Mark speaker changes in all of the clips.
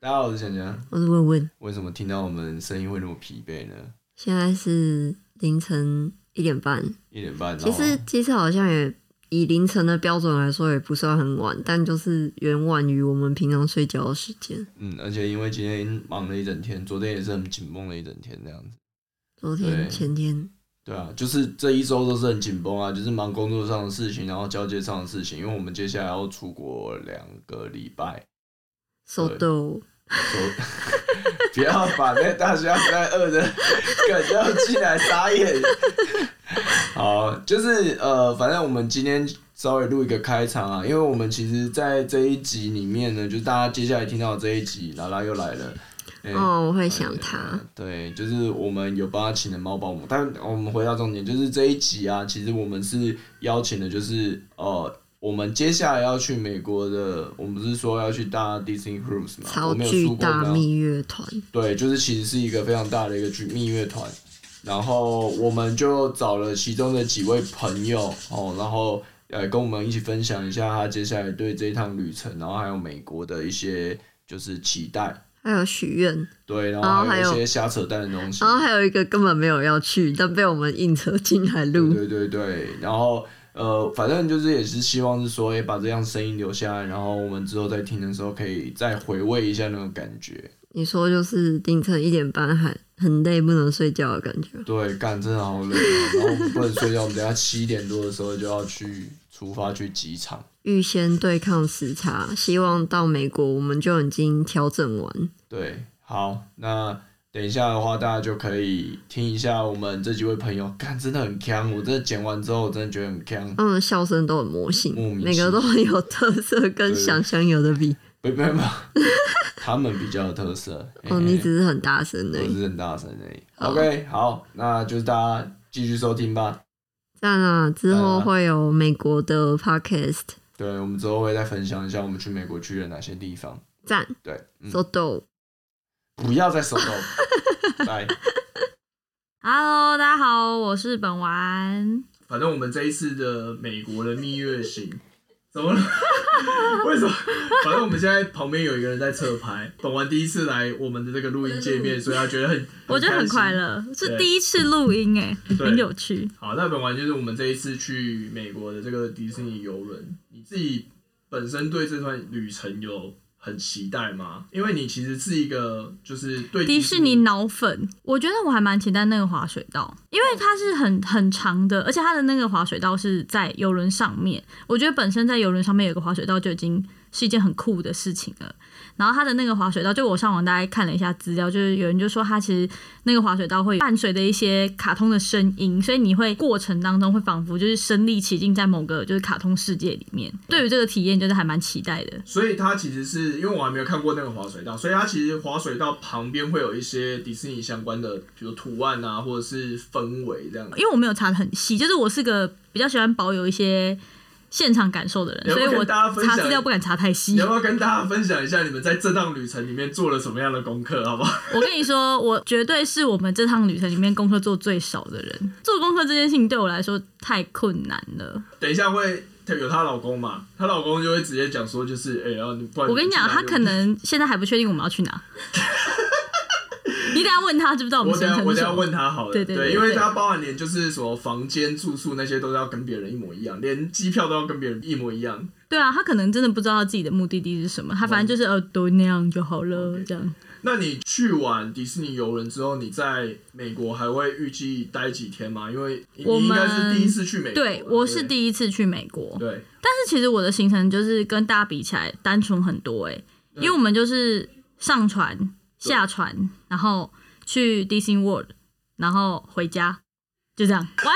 Speaker 1: 大家好，我是强强。
Speaker 2: 我是问问，
Speaker 1: 为什么听到我们声音会那么疲惫呢？
Speaker 2: 现在是凌晨一点半。
Speaker 1: 一点半，
Speaker 2: 其实其实好像也以凌晨的标准来说，也不算很晚，但就是远晚于我们平常睡觉的时间。
Speaker 1: 嗯，而且因为今天忙了一整天，昨天也是很紧绷了一整天，这样子。
Speaker 2: 昨
Speaker 1: 对
Speaker 2: 天、前天，
Speaker 1: 对啊，就是这一周都是很紧绷啊，就是忙工作上的事情，然后交接上的事情，因为我们接下来要出国两个礼拜，
Speaker 2: 受豆
Speaker 1: 所不要把那大学在二的感觉进来傻眼。好，就是呃，反正我们今天稍微录一个开场啊，因为我们其实，在这一集里面呢，就是大家接下来听到的这一集，拉拉又来了。哎
Speaker 2: 哦，我会想他。
Speaker 1: 对，就是我们有帮他请的猫保姆，但我们回到重点，就是这一集啊，其实我们是邀请的，就是呃，我们接下来要去美国的，我们不是说要去搭 Disney Cruise 嘛？我
Speaker 2: 超
Speaker 1: 们有
Speaker 2: 巨
Speaker 1: 出过
Speaker 2: 大
Speaker 1: 吗？
Speaker 2: 蜜月团，
Speaker 1: 对，就是其实是一个非常大的一个剧蜜乐团，然后我们就找了其中的几位朋友哦，然后呃跟我们一起分享一下他接下来对这一趟旅程，然后还有美国的一些就是期待，
Speaker 2: 还有许愿，
Speaker 1: 对，然
Speaker 2: 然
Speaker 1: 后
Speaker 2: 后
Speaker 1: 还有一
Speaker 2: 哦还有哦
Speaker 1: 些瞎扯淡的东西
Speaker 2: 然，后还有一个根本没有要去，但被我们硬扯进来
Speaker 1: 对
Speaker 2: 录。
Speaker 1: 对对对，然后。呃，反正就是也是希望是说，哎、把这样声音留下来，然后我们之后在听的时候可以再回味一下那种感觉。
Speaker 2: 你说就是凌晨一点半还很累不能睡觉的感觉，
Speaker 1: 对，干真的好累、哦，然后我们不能睡觉，我们等一下七点多的时候就要去出发去机场。
Speaker 2: 预先对抗时差，希望到美国我们就已经调整完。
Speaker 1: 对，好，那等一下的话，大家就可以听一下我们这几位朋友，干真的很强，我真的剪完之后，我真的觉得很强。
Speaker 2: 他们的嗯笑声都很魔性
Speaker 1: 莫名，
Speaker 2: 每个都很有特色，跟想象有的比。
Speaker 1: 没没没，他们比较有特色。
Speaker 2: 哦，
Speaker 1: 嘿嘿
Speaker 2: 你只是很大声而
Speaker 1: 我
Speaker 2: 已。
Speaker 1: 是很大声而已。
Speaker 2: 好
Speaker 1: OK，好，那就是大家继续收听吧。
Speaker 2: 赞啊！之
Speaker 1: 赞啊
Speaker 2: 后会有美国的 podcast，
Speaker 1: 对，我们之后会再分享一下我们去美国去了哪些地方。
Speaker 2: 赞，
Speaker 1: 对，嗯，
Speaker 2: 收豆。
Speaker 1: 不要再手抖， 来。
Speaker 3: Hello，大家好，我是本丸。
Speaker 1: 反正我们这一次的美国的蜜月行，怎么了？ 为什么？反正我们现在旁边有一个人在侧拍。本丸第一次来我们的这个录音界 面，所以他觉得很，
Speaker 3: 我觉得很
Speaker 1: 开心
Speaker 3: 快。乐，
Speaker 1: 对
Speaker 3: 是第一次录音哎，
Speaker 1: 对
Speaker 3: 很有趣。
Speaker 1: 好，那本丸就是我们这一次去美国的这个迪士尼游轮，你自己本身对这段旅程有很期待吗？因为你其实是一个就是对
Speaker 3: 迪
Speaker 1: 士
Speaker 3: 士尼脑粉，我觉得我还蛮期待那个滑水道，因为它是很很长的，而且它的那个滑水道是在游轮上面。我觉得本身在游轮上面有个滑水道就已经是一件很酷的事情了。然后它的那个滑水道，就我上网大概看了一下资料，就是有人就说它其实那个滑水道会伴随着一些卡通的声音，所以你会过程当中会仿佛就是身临其境在某个就是卡通世界里面。对于这个体验，就是还蛮期待的。
Speaker 1: 所以它其实是因为我还没有看过那个滑水道，所以它其实滑水道旁边会有一些迪士尼相关的，比如图案啊，或者是氛围这样子。
Speaker 3: 因为我没有查的很细，就是我是个比较喜欢保有一些现场感受的人，
Speaker 1: 要不
Speaker 3: 所
Speaker 1: 要
Speaker 3: 以
Speaker 1: 跟
Speaker 3: 我
Speaker 1: 大家分享
Speaker 3: 查资料不敢查太
Speaker 1: 你
Speaker 3: 细
Speaker 1: 要。不要跟大家分享一下你们在这趟旅程里面做了什么样的功课，好不好？
Speaker 3: 我跟你说，我绝对是我们这趟旅程里面功课做最少的人。做功课这件事情对我来说太困难了。
Speaker 1: 等一下会有她老公嘛，她老公就会直接讲说，就是哎，然后你不然
Speaker 3: 我跟你讲，
Speaker 1: 去哪
Speaker 3: 他
Speaker 1: 里
Speaker 3: 可能现在还不确定我们要 去哪。你等一下问他，知不知道我
Speaker 1: 我
Speaker 3: 们
Speaker 1: 等
Speaker 3: 行
Speaker 1: 下
Speaker 3: 程
Speaker 1: 我
Speaker 3: 是
Speaker 1: 等
Speaker 3: 什
Speaker 1: 下
Speaker 3: 么？
Speaker 1: 问他好了，
Speaker 3: 对对对
Speaker 1: 因为
Speaker 3: 对
Speaker 1: 他包含连就是什么房间住宿那些都要跟别人一模一样，连机票都要跟别人一模一样。
Speaker 3: 对啊，他可能真的不知道他自己的目的地是什么，他反正就是呃都那样就好了，这样。
Speaker 1: 那你去完迪士尼游轮之后，你在美国还会预计待几天吗？因为你
Speaker 3: 我
Speaker 1: 你应该是
Speaker 3: 们
Speaker 1: 第一次去美国嘛，
Speaker 3: 对，我是
Speaker 1: 不对
Speaker 3: 第一次去美国，
Speaker 1: 对，
Speaker 3: 但是其实我的行程就是跟大家比起来单纯很多哎、因为我们就是上船、下船，然后去 Disney World，然后回家，就这样，完全没有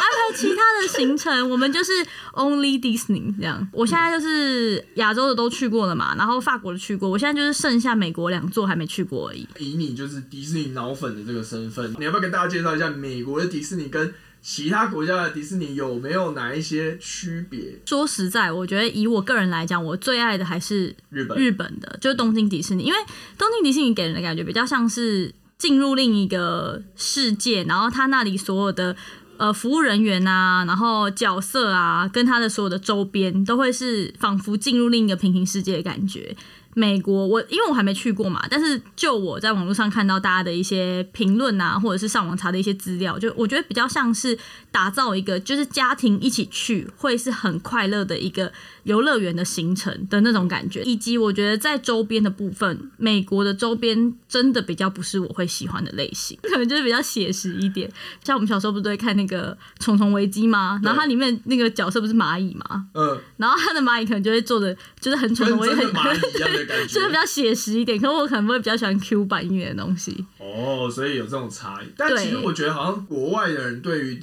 Speaker 3: 安排其他的行程。我们就是 Only Disney 这样。我现在就是亚洲的都去过了嘛，然后法国的去过，我现在就是剩下美国两座还没去过而已。
Speaker 1: 以你就是迪士尼脑粉的这个身份，你要不要跟大家介绍一下美国的迪士尼跟其他国家的迪士尼有没有哪一些区别？
Speaker 3: 说实在，我觉得以我个人来讲，我最爱的还是
Speaker 1: 日本，
Speaker 3: 日本的，就是东京迪士尼，因为东京迪士尼给人的感觉比较像是进入另一个世界，然后他那里所有的呃服务人员啊，然后角色啊，跟他的所有的周边都会是仿佛进入另一个平行世界的感觉。美国，我因为我还没去过嘛，但是就我在网络上看到大家的一些评论啊，或者是上网查的一些资料，就我觉得比较像是打造一个就是家庭一起去会是很快乐的一个游乐园的行程的那种感觉，以及我觉得在周边的部分，美国的周边真的比较不是我会喜欢的类型， 可能就是比较写实一点。像我们小时候不是都会看那个《虫虫危机》吗？然后它里面那个角色不是蚂蚁吗？
Speaker 1: 嗯，
Speaker 3: 然后他的蚂蚁可能就会做的就是很蠢
Speaker 1: 跟
Speaker 3: 的，我也
Speaker 1: 真的
Speaker 3: 很
Speaker 1: 蚂蚁一样的感觉
Speaker 3: 就是比。较写实一点，可我可能会比较喜欢 Q 版音乐的东西。
Speaker 1: 哦，所以有这种差异。但
Speaker 3: 对
Speaker 1: 其实我觉得，好像国外的人对于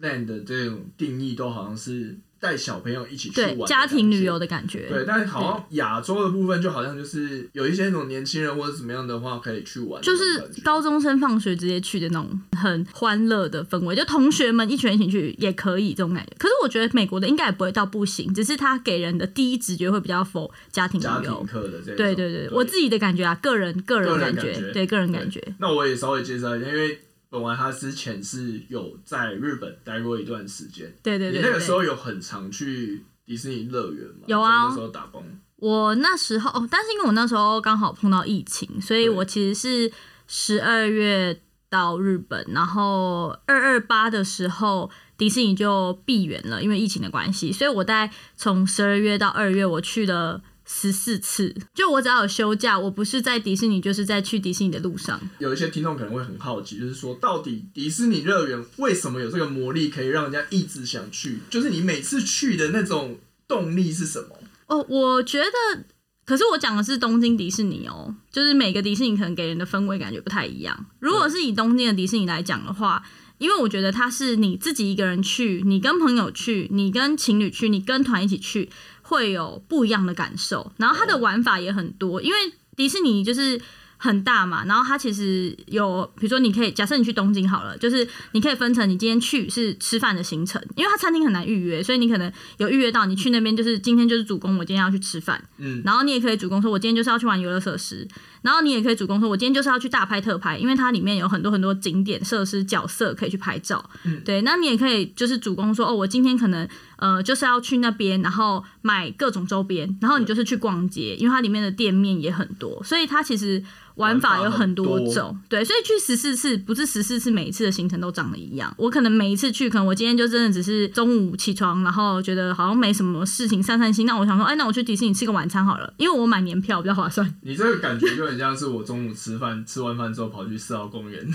Speaker 1: Disneyland 的这种定义，都好像是带小朋友一起去玩
Speaker 3: 对
Speaker 1: 的，
Speaker 3: 家庭旅游
Speaker 1: 感
Speaker 3: 的感觉。
Speaker 1: 觉。对，但好像亚洲的部分，就好像就是有一些那种年轻人或者怎么样的话，可以去玩的
Speaker 3: 就
Speaker 1: 那种
Speaker 3: 是
Speaker 1: 感觉。
Speaker 3: 高中生放学直接去的那种很欢乐的氛围，就同学们一群人一起去也可以这种感觉。可是我觉得美国的应该也不会到不行，只是它给人的第一直觉会比较否家庭
Speaker 1: 家
Speaker 3: 旅
Speaker 1: 庭
Speaker 3: 游。
Speaker 1: 课的这种。
Speaker 3: 对对对，我自己的感觉啊，个人个人
Speaker 1: 个人
Speaker 3: 感
Speaker 1: 感
Speaker 3: 觉，
Speaker 1: 觉
Speaker 3: 对个人感觉。
Speaker 1: 那我也稍微介绍一下，因为本来他之前是有在日本待过一段时间。
Speaker 3: 对对对对
Speaker 1: 你那个
Speaker 3: 对
Speaker 1: 时候有很常去迪士尼乐园吗？
Speaker 3: 有啊
Speaker 1: 在那时候打工。
Speaker 3: 我那时候，哦，但是因为我那时候刚好碰到疫情，所以
Speaker 1: 对
Speaker 3: 我其实是十二月到日本，然后二二八的时候迪士尼就闭园了，因为疫情的关系，所以我大概从十二月到二月，我去了十四次，就我只要有休假，我不是在迪士尼，就是在去迪士尼的路上。
Speaker 1: 有一些听众可能会很好奇，就是说到底迪士尼乐园为什么有这个魔力，可以让人家一直想去？就是你每次去的那种动力是什么？
Speaker 3: 哦，我觉得，可是我讲的是东京迪士尼哦，就是每个迪士尼可能给人的氛围感觉不太一样。如果是以东京的迪士尼来讲的话，因为我觉得它是你自己一个人去，你跟朋友去，你跟情侣去，你跟团一起去，会有不一样的感受。然后它的玩法也很多，因为迪士尼就是。很大嘛，然后它其实有，比如说你可以假设你去东京好了，就是你可以分成你今天去是吃饭的行程，因为它餐厅很难预约，所以你可能有预约到，你去那边就是今天就是主攻，我今天要去吃饭，
Speaker 1: 嗯，
Speaker 3: 然后你也可以主攻说，我今天就是要去玩游乐设施，然后你也可以主攻说，我今天就是要去大拍特拍，因为它里面有很多很多景点、设施、角色可以去拍照。
Speaker 1: 嗯
Speaker 3: 对，那你也可以就是主攻说，哦，我今天可能呃就是要去那边，然后买各种周边，然后你就是去逛街，因为它里面的店面也很多，所以它其实玩法有很多
Speaker 1: 玩法很多
Speaker 3: 种。对，所以去十四次不是十四次每一次的行程都长得一样，我可能每一次去，可能我今天就真的只是中午起床，然后觉得好像没什么事情散散心，那我想说，哎，那我去迪士尼吃个晚餐好了，因为我买年票比较划算。
Speaker 1: 你这个感觉就很像是我中午吃饭，吃完饭之后跑去四号公园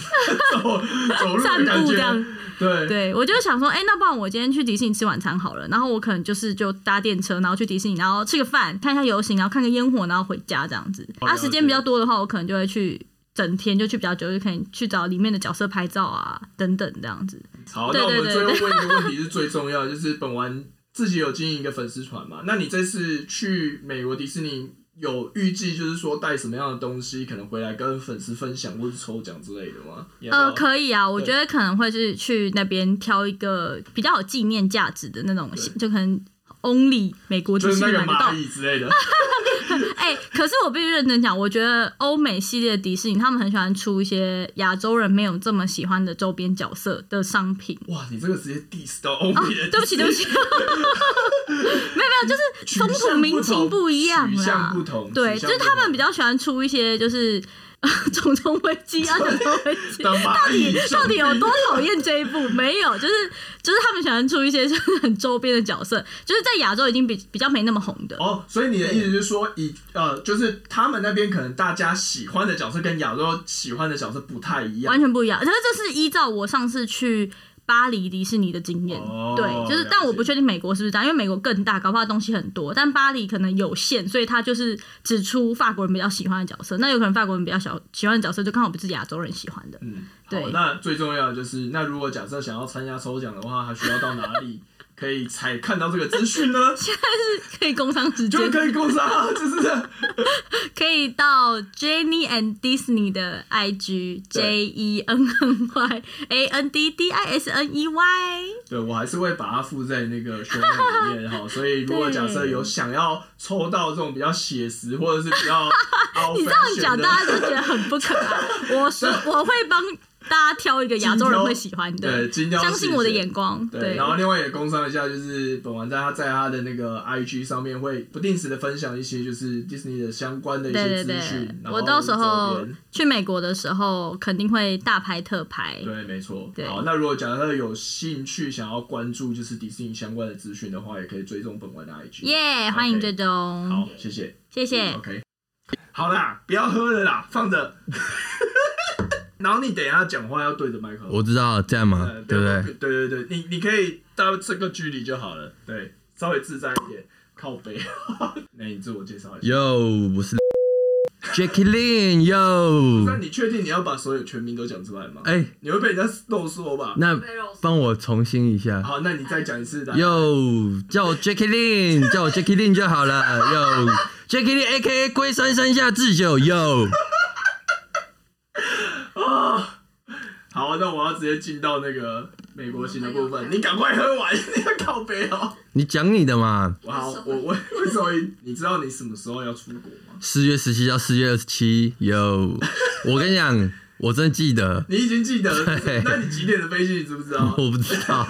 Speaker 1: 走走路的
Speaker 3: 散
Speaker 1: 感
Speaker 3: 步这样
Speaker 1: 觉。，对，
Speaker 3: 对我就想说，哎、那不然我今天去迪士尼吃晚餐好了，然后我可能就是就搭电车，然后去迪士尼，然后吃个饭，看一下游行，然后看个烟火，然后回家这样子。
Speaker 1: 哦
Speaker 3: 啊，
Speaker 1: 了解
Speaker 3: 时间比较多的话，我可能就会去整天就去比较久，就可以去找里面的角色拍照啊，等等这样子。
Speaker 1: 好，
Speaker 3: 对
Speaker 1: 那我们
Speaker 3: 对
Speaker 1: 最
Speaker 3: 对
Speaker 1: 后问一个问题是最重要的，就是本丸自己有经营一个粉丝团嘛？那你这次去美国迪士尼有预计就是说带什么样的东西，可能回来跟粉丝分享或是抽奖之类的吗？你要不要
Speaker 3: 呃，可以啊，我觉得可能会是去那边挑一个比较有纪念价值的那种，就可能 only 美国
Speaker 1: 就
Speaker 3: 迪
Speaker 1: 是
Speaker 3: 士
Speaker 1: 那
Speaker 3: 尼
Speaker 1: 个
Speaker 3: 买得到
Speaker 1: 蚂蚁之类的。
Speaker 3: 哎、可是我必须认真讲，我觉得欧美系列迪士尼他们很喜欢出一些亚洲人没有这么喜欢的周边角色的商品。
Speaker 1: 哇，你这个直接 diss 到欧
Speaker 3: 啊
Speaker 1: 美人、，
Speaker 3: 对不起，对不起， 没有没有，就是
Speaker 1: 取
Speaker 3: 风
Speaker 1: 向不同，
Speaker 3: 土民情不一样
Speaker 1: 取
Speaker 3: 啦
Speaker 1: 向不。同，
Speaker 3: 对，
Speaker 1: 取
Speaker 3: 就
Speaker 1: 向不
Speaker 3: 是
Speaker 1: 同
Speaker 3: 他们比较喜欢出一些就是 呃种种危机啊，种种危 机。
Speaker 1: 当蚂蚁
Speaker 3: 到底有多讨厌这一部？没有，就是就是他们喜欢出一些就是很周边的角色，就是在亚洲已经比比较没那么红的。
Speaker 1: 哦，所以你的意思就是说，以呃，就是他们那边可能大家喜欢的角色跟亚洲喜欢的角色不太一样
Speaker 3: 完，全不一样。可是这是依照我上次去巴黎迪士尼的经验，
Speaker 1: 哦
Speaker 3: 对，就是
Speaker 1: 了解
Speaker 3: 但我不确定美国是不是这样，因为美国更大，搞不好东西很多，但巴黎可能有限，所以他就是指出法国人比较喜欢的角色，那有可能法国人比较小喜欢的角色就刚好不是亚洲人喜欢的。
Speaker 1: 嗯，好，
Speaker 3: 对
Speaker 1: 那最重要的就是，那如果假设想要参加抽奖的话，还需要到哪里可以才看到这个资 讯呢？
Speaker 3: 可以工商时
Speaker 1: 就
Speaker 3: 间，
Speaker 1: 可以工商啊，就是这样。
Speaker 3: 可以到 Jenny and Disney 的 IG
Speaker 1: 对
Speaker 3: J E N N Y A N D D I S N E Y。
Speaker 1: 对我还是会把它附在那个 show note 里面 哈，所以如果假设有想要抽到这种比较写实 或者是比较你
Speaker 3: 你这样讲，大家就觉得很不可爱。我说我会帮大家挑一个亚洲人会喜欢 的，
Speaker 1: 对，精雕细
Speaker 3: 相信我的
Speaker 1: 选
Speaker 3: 眼光。
Speaker 1: 对，然后另外也工商一下，就是本玩家他在他的那个 IG 上面会不定时的分享一些就是 Disney 的相关的一些
Speaker 3: 对对
Speaker 1: 资
Speaker 3: 对
Speaker 1: 讯，，然后
Speaker 3: 我到时
Speaker 1: 照
Speaker 3: 候
Speaker 1: 片
Speaker 3: 去美国的时候肯定会大拍特拍。
Speaker 1: 对，没错。
Speaker 3: 对
Speaker 1: 好，那如果假设有兴趣想要关注就是迪士尼相关的资讯的话，也可以追踪本玩的 IG。
Speaker 3: 耶欢迎
Speaker 1: OK
Speaker 3: 追踪
Speaker 1: 好，，谢谢。
Speaker 3: 谢谢。
Speaker 1: OK，好啦，不要喝了啦，放着。然后你等一下讲话要对着麦克风，
Speaker 4: 我知道这样嘛
Speaker 1: 呃，
Speaker 4: 对不对？
Speaker 1: 对？对对对，你你可以到这个距离就好了，对，稍微自在一点，靠背。那你自我介绍一下。
Speaker 4: Yo，我是 Jackie Lin。Yo，
Speaker 1: 那你确定你要把所有全名都讲出来吗？
Speaker 4: 哎，
Speaker 1: 你会被人家漏说吧？
Speaker 4: 那
Speaker 5: 被肉丝
Speaker 4: 帮我重新一下。
Speaker 1: 好，那你再讲一次的。
Speaker 4: Yo，叫我 Jackie Lin，叫我 Jackie Lin 就好了。Yo，Jackie Lin A.K.A. 龟山山下智久。Yo，
Speaker 1: 好，那我要直接进到那个美国行的部分，你赶快喝完，你要靠背哦。
Speaker 4: 你讲你的嘛。
Speaker 1: 好，我我为什么你知道你什么时候要出国吗？
Speaker 4: 四月十七到四月二十七。Yo，我跟你讲，我真记得，
Speaker 1: 你已经记得了，
Speaker 4: 对
Speaker 1: 那你几点的飞机你知不知道？
Speaker 4: 我不知道。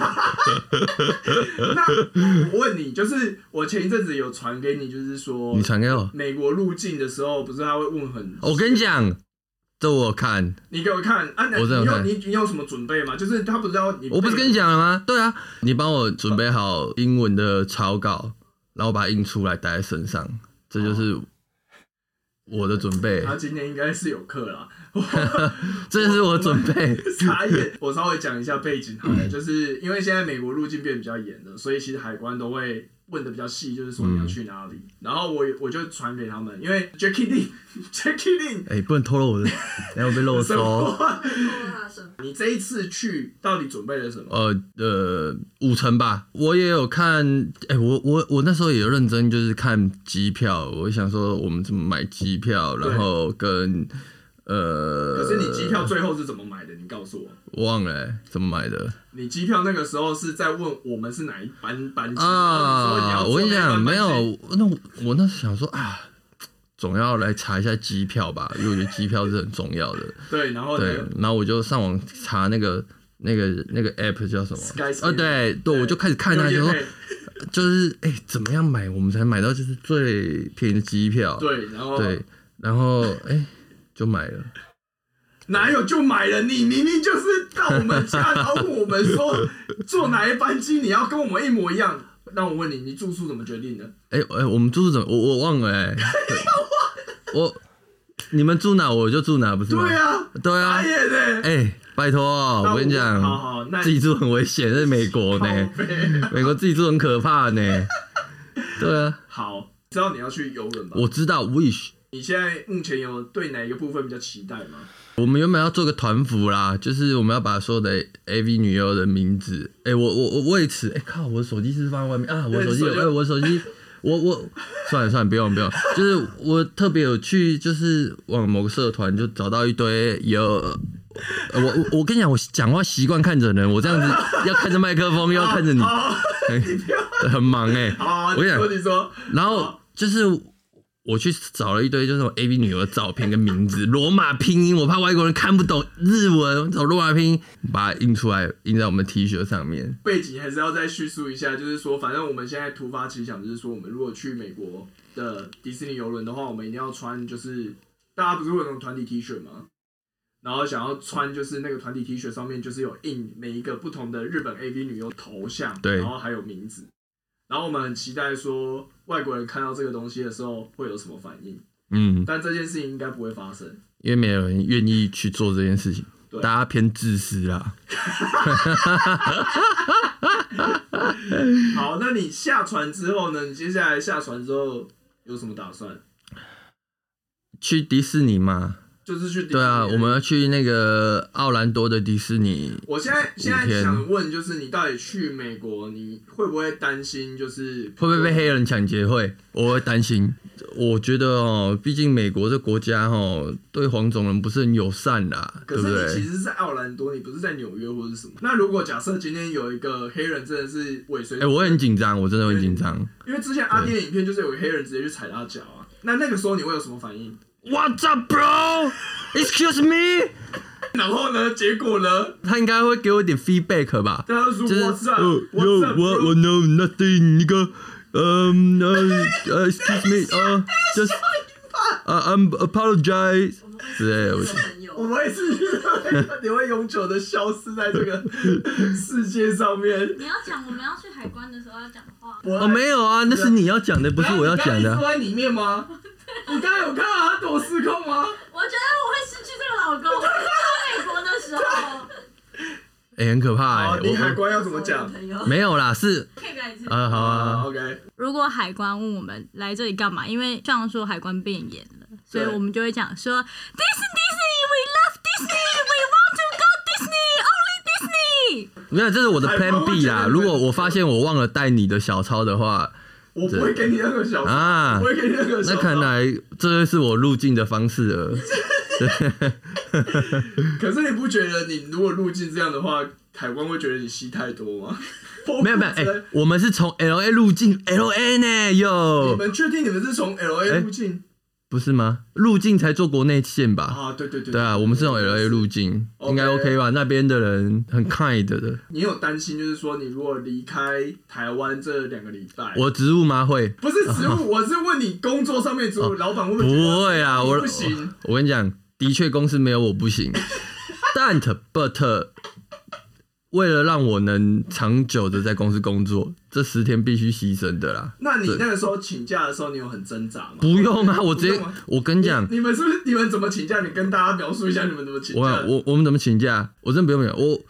Speaker 1: 那我问你，就是我前一阵子有传给你，就是说
Speaker 4: 你传给我，
Speaker 1: 美国入境的时候，不是他会问很，
Speaker 4: 我跟你讲，这我有看。
Speaker 1: 你给我看啊，那
Speaker 4: 我
Speaker 1: 你
Speaker 4: 真的有
Speaker 1: 有
Speaker 4: 看
Speaker 1: 你你有什么准备吗？就是他不知道你，
Speaker 4: 我不是跟你，讲了吗？对啊，你帮我准备好英文的草稿，然后把它印出来带在身上，这就是我的准备，
Speaker 1: 他今天应该是有课啦。
Speaker 4: 这就是我的准备。
Speaker 1: 傻眼！我稍微讲一下背景好
Speaker 4: 嗯
Speaker 1: 了，就是因为现在美国入境变比较严了，所以其实海关都会问的比较细，就是说你
Speaker 4: 嗯
Speaker 1: 要去哪里。然后我我就传给他们，因为 Jackie Lin，Jackie Lin
Speaker 4: 哎、不能透露我的，然后被漏
Speaker 1: 什
Speaker 4: 收。
Speaker 1: 么？
Speaker 5: 他的身份
Speaker 1: 你这一次去到底准备了什么？
Speaker 4: 呃呃，五成吧，我也有看。哎、我我我那时候也有认真，就是看机票。我想说，我们怎么买机票，
Speaker 1: 对
Speaker 4: 然后跟呃，
Speaker 1: 可是你机票最后是怎么买的？你告诉我，
Speaker 4: 忘了、哎怎么买的。
Speaker 1: 你机票那个时候是在问我们是哪一班班机？
Speaker 4: 啊，我
Speaker 1: 或者说
Speaker 4: 跟
Speaker 1: 你
Speaker 4: 你
Speaker 1: 要坐哪一
Speaker 4: 讲，
Speaker 1: 班
Speaker 4: 没
Speaker 1: 班机
Speaker 4: 有，那我我那时想说啊，总要来查一下机票吧，因为我觉得机票是很重要的。
Speaker 1: 对，然后呢
Speaker 4: 哦对？，然后我就上网查那个那个那个 app 叫什
Speaker 1: Skyscanner
Speaker 4: 么？啊，对对，我就开始看
Speaker 1: 又
Speaker 4: 那就
Speaker 1: 业
Speaker 4: 说
Speaker 1: 配
Speaker 4: 就是哎、怎么样买我们才买到就是最便宜的机票？
Speaker 1: 对，然后
Speaker 4: 对，哦然后哎、就买了，
Speaker 1: 哪有就买了？你明明就是到我们家，然后问我们说坐哪一班机，你要跟我们一模一样。那我问你，你住宿怎么决定的？
Speaker 4: 哎、哎、我们住宿怎么我我忘了 哎、我你们住哪我就住哪不是吗？
Speaker 1: 对啊，
Speaker 4: 对啊
Speaker 1: 傻眼欸
Speaker 4: 哎、拜托、
Speaker 1: 那
Speaker 4: 我跟你讲，
Speaker 1: 好好，那
Speaker 4: 自己住很危险，在美国
Speaker 1: 靠
Speaker 4: 呢，
Speaker 1: 背
Speaker 4: 美国自己住很可 怕呢。对啊，
Speaker 1: 好，知道你要去游轮吧？
Speaker 4: 我知道 Wish，
Speaker 1: 你现在目前有对哪一个部分比较期待吗？
Speaker 4: 我们原本要做个团服啦，就是我们要把所有的 AV 女优的名字，哎、我我我为此，哎、靠，我的手机是不是放在外面啊，我的手机有，
Speaker 1: 手
Speaker 4: 哎、
Speaker 1: 机
Speaker 4: 我的 手机。我我算了算了，不用不用，就是我特别有去，就是往某个社团就找到一堆有，呃我我我跟你讲，我讲话习惯看着人，我这样子要看着麦克风，又要看着你，
Speaker 1: 好，
Speaker 4: 哎很忙哎、
Speaker 1: 哦好，
Speaker 4: 嗯 我跟你讲
Speaker 1: 说你说，
Speaker 4: 然后就是我去找了一堆就是那种 A V 女优的照片跟名字，罗马拼音，我怕外国人看不懂日文，找罗马拼音把它印出来，印在我们 T 恤上面。
Speaker 1: 背景还是要再叙述一下，就是说，反正我们现在突发奇想，就是说，我们如果去美国的迪士尼游轮的话，我们一定要穿，就是大家不是会有那种团体 T 恤吗？然后想要穿，就是那个团体 T 恤上面就是有印每一个不同的日本 AV 女优头像，
Speaker 4: 对
Speaker 1: 然后还有名字。然后我们很期待说，外国人看到这个东西的时候会有什么反应，
Speaker 4: 嗯，
Speaker 1: 但这件事情应该不会发生。
Speaker 4: 因为没有人愿意去做这件事情
Speaker 1: 对，
Speaker 4: 大家偏自私啦。
Speaker 1: 好，那你下船之后呢？你接下来下船之后有什么打算？
Speaker 4: 去迪士尼嘛，
Speaker 1: 就是去迪士尼
Speaker 4: 对啊，我们要去那个奥兰多的迪士尼。
Speaker 1: 我现在现在
Speaker 4: 五天
Speaker 1: 想问，就是你到底去美国，你会不会担心？就是
Speaker 4: 会不会被黑人抢劫？会，我会担心。我觉得哦，毕竟美国这国家哦，对黄种人不是很友善啦，
Speaker 1: 可
Speaker 4: 对不对？
Speaker 1: 是你其实是在奥兰多，你不是在纽约或者什么。那如果假设今天有一个黑人真的是尾随，
Speaker 4: 哎、我很紧张，我真的很紧张。
Speaker 1: 因为之前阿爹的影片就是有个黑人直接去踩他脚啊，那那个时候你会有什么反应？
Speaker 4: What's up, bro? Excuse me?
Speaker 1: 然后呢，结果呢，
Speaker 4: 他应该会给我一点 feedback 吧？
Speaker 1: 他就说
Speaker 4: 就是
Speaker 1: What's up？
Speaker 4: 哦
Speaker 1: What's up？
Speaker 4: 我
Speaker 1: bro？
Speaker 4: 我 know nothing，那个，嗯呃呃，excuse me，呃，just，呃，I'm apologize 之类的，我觉得
Speaker 1: 我们也是你会永久的消失在这 个世界上面。
Speaker 3: 你要讲我们要去海关的时候要讲话，
Speaker 1: 我
Speaker 4: 哦，没有啊，那是你要讲的，不
Speaker 1: 不
Speaker 4: 是我要讲
Speaker 1: 你
Speaker 4: 的啊。
Speaker 1: 刚刚一直坐在里面吗？ 你刚才有看到他躲失控吗？
Speaker 3: 我觉得我会失去这个老 公。我到美国的时候，
Speaker 4: 哎，很可怕
Speaker 1: 好
Speaker 4: 哎，，
Speaker 1: 你
Speaker 4: 我
Speaker 1: 海关要怎么讲？
Speaker 4: 我没有啦，是
Speaker 3: 可以改一次。
Speaker 4: 啊，好
Speaker 1: 啊
Speaker 4: 啊，
Speaker 1: ，OK，
Speaker 3: 如果海关问我们来这里干嘛，因为上说海关变严了，所以
Speaker 1: 对
Speaker 3: 我们就会讲说 Disney Disney we love Disney we want to go Disney only Disney。
Speaker 4: 没有，这是我的
Speaker 1: 海
Speaker 4: Plan
Speaker 1: 关会
Speaker 4: B
Speaker 1: 觉得
Speaker 4: 啦。
Speaker 1: 很
Speaker 4: 如哎果我发现我忘了带你的小抄的话，
Speaker 1: 我不会给你任何小，我
Speaker 4: 啊
Speaker 1: 不，会给你任何小
Speaker 4: 那
Speaker 1: 抄。
Speaker 4: 看来这就是我入境的方式 了。
Speaker 1: 可是你不觉得你如果入境这样的话，海关会觉得你吸太多吗？
Speaker 4: 没有没 有，哎、我们是从 L A 入境 L A 呢
Speaker 1: 你
Speaker 4: 哟，
Speaker 1: 们确定你们是从 L A
Speaker 4: 哦哎
Speaker 1: 入境？
Speaker 4: 不是吗？入境才做国内线吧？
Speaker 1: 啊，对对对，
Speaker 4: 对啊，我们是从 L A 入境，
Speaker 1: OK
Speaker 4: 应该 OK 吧？那边的人很 kind 的。
Speaker 1: 你有担心，就是说你如果离开台湾这两个礼拜，
Speaker 4: 我职务吗会？
Speaker 1: 不是职务，我是问你工作上面职务，老板会不会觉得
Speaker 4: 哦不会啊，我
Speaker 1: 不行
Speaker 4: 我跟你讲，的确公司没有我不行， 但 but 为了让我能长久的在公司工作，这十天必须牺牲的啦。
Speaker 1: 那你
Speaker 4: 对
Speaker 1: 那个时候请假的时候，你有很挣扎吗？
Speaker 4: 不用啊，我直
Speaker 1: 不
Speaker 4: 接
Speaker 1: 用吗，
Speaker 4: 我跟你讲，
Speaker 1: 你们是不是你们怎么请假？你跟大家描述一下你们怎么请假。
Speaker 4: 我我我们怎么请假？我真不用不用我。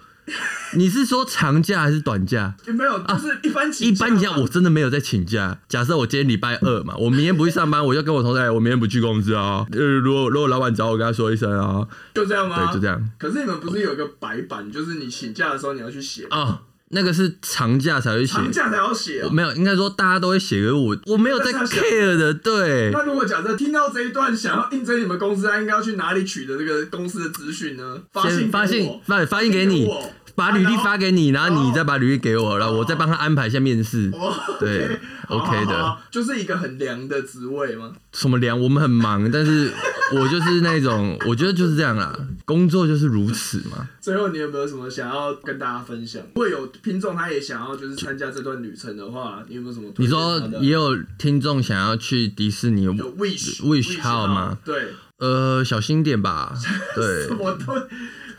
Speaker 4: 你是说长假还是短假？
Speaker 1: 没有，就是一般请
Speaker 4: 一般
Speaker 1: 假啊
Speaker 4: 假
Speaker 1: 嘛
Speaker 4: 我真的没有在请假。假设我今天礼拜二嘛，我明天不去上班，我就跟我同事，哎，我明天不去公司啊。呃，如果如果老板找我，跟他说一声啊。
Speaker 1: 就这样吗？
Speaker 4: 对，就这样
Speaker 1: 可是你们不是有一个白板，就是你请假的时候你要去写，
Speaker 4: 哦。那个是长假才会写，
Speaker 1: 长假才要写、
Speaker 4: 我
Speaker 1: 哦。
Speaker 4: 没有，应该说大家都会写给我，我没有在
Speaker 1: 但是他
Speaker 4: care 的，对。
Speaker 1: 那如果假设听到这一段想要应征你们公司，他应该要去哪里取得这个公司的资讯呢？发信
Speaker 4: 先发
Speaker 1: 给
Speaker 4: 信
Speaker 1: 我
Speaker 4: 发发信给你
Speaker 1: 我，
Speaker 4: 把履历发给你，然后你再把履历给我，然后我再帮他安排一下面试。
Speaker 1: 哦
Speaker 4: 对
Speaker 1: 好好
Speaker 4: ，OK
Speaker 1: 哦好
Speaker 4: 的。
Speaker 1: 好就是一个很凉的职位吗？
Speaker 4: 什么凉？我们很忙，但是我就是那种， 我觉得就是这样啦，工作就是如此嘛。
Speaker 1: 最后，你有没有什么想要跟大家分享？如果有听众他也想要就是参加这段旅程的话，你有没有什么推荐
Speaker 4: 你说
Speaker 1: 他的？
Speaker 4: 也有听众想要去迪士尼，
Speaker 1: 有 wish
Speaker 4: wish 号吗？
Speaker 1: 对，
Speaker 4: 呃，小心点吧。 对
Speaker 1: 什，么都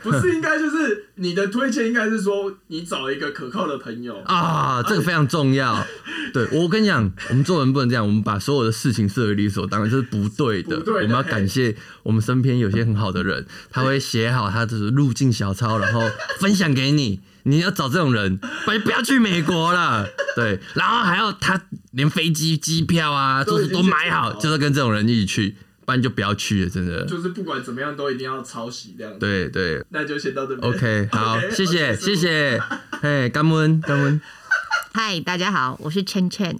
Speaker 1: 不是，应该就是你的推荐应该是说你找一个可靠的朋友。
Speaker 4: 啊，这个非常重要。对我跟你讲，我们做人不能这样，我们把所有的事情视为理所当然，这是不对的。
Speaker 1: 不对的
Speaker 4: 我们要
Speaker 1: 嘿
Speaker 4: 感谢我们身边有些很好的人，他会写好他的入境小抄，然后分享给你。 你要找这种人，不不要去美国了。对，然后还要他连飞机机票啊，
Speaker 1: 都
Speaker 4: 住
Speaker 1: 已
Speaker 4: 宿
Speaker 1: 经
Speaker 4: 都买
Speaker 1: 先
Speaker 4: 好，
Speaker 1: 订好
Speaker 4: 就是跟这种人一起去，不然就不要去了，真的。
Speaker 1: 就是不管怎么样都一定要抄袭这样子。
Speaker 4: 对对
Speaker 1: 那就先到这边。
Speaker 4: ，OK，好，
Speaker 1: OK，
Speaker 4: 谢谢
Speaker 1: 我结束
Speaker 4: 谢谢，嘿，感恩感恩。
Speaker 6: 嗨，大家好，我是圈圈。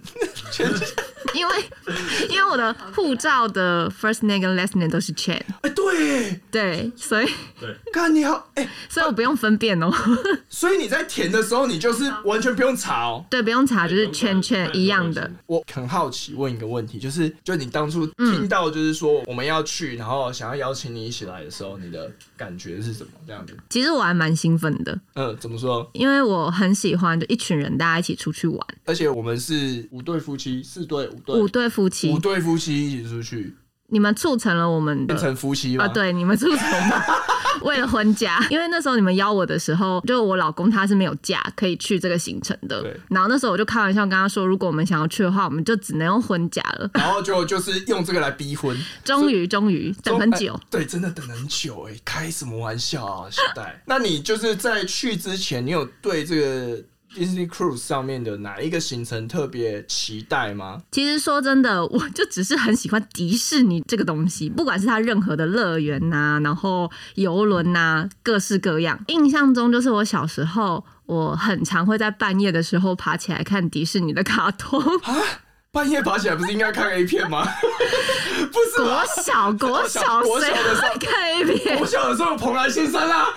Speaker 6: 因为因为我的护照的 first name 跟 last name 都是 Chen，
Speaker 7: 哎、对耶，
Speaker 6: 对，所以
Speaker 7: 看你好，哎、
Speaker 6: 所以我不用分辨哦，
Speaker 7: 所以你在填的时候，你就是完全不用查哦。
Speaker 6: 对，不用查，就是圈圈一样的。
Speaker 7: 我很好奇问一个问题，就是就你当初
Speaker 6: 嗯
Speaker 7: 听到就是说我们要去，然后想要邀请你一起来的时候，你的感觉是什么？这样子，
Speaker 6: 其实我还蛮兴奋的，
Speaker 7: 嗯，怎么说？
Speaker 6: 因为我很喜欢就一群人大家一起出去玩，
Speaker 7: 而且我们是五对夫妻，四对五对
Speaker 6: 五对夫
Speaker 7: 五
Speaker 6: 妻，
Speaker 7: 对夫妻一起出去，
Speaker 6: 你们促成了我们
Speaker 7: 变
Speaker 6: 的
Speaker 7: 成夫妻
Speaker 6: 啊，
Speaker 7: 嘛？，
Speaker 6: 对，你们促成了为了婚假，因为那时候你们邀我的时候，就我老公他是没有假可以去这个行程的
Speaker 7: 对，
Speaker 6: 然后那时候我就开玩笑跟他说，如果我们想要去的话，我们就只能用婚假了。
Speaker 7: 然后就就是用这个来逼婚，
Speaker 6: 终于，终于 等很久
Speaker 7: 哎，对，真的等很久哎、开什么玩笑啊，小戴？那你就是在去之前，你有对这个 Disney Cruise 上面的哪一个行程特别期待吗？
Speaker 6: 其实说真的，我就只是很喜欢迪士尼这个东西，不管是它任何的乐园呐、然后游轮呐、各式各样。印象中就是我小时候，我很常会在半夜的时候爬起来看迪士尼的卡通。
Speaker 7: 半夜爬起来不是应该看 A 片吗？不是吧
Speaker 6: 国？小，国小，
Speaker 7: 国
Speaker 6: 谁
Speaker 7: 小的时候
Speaker 6: 会看 A 片
Speaker 7: 我？小的时候有蓬莱仙山啊。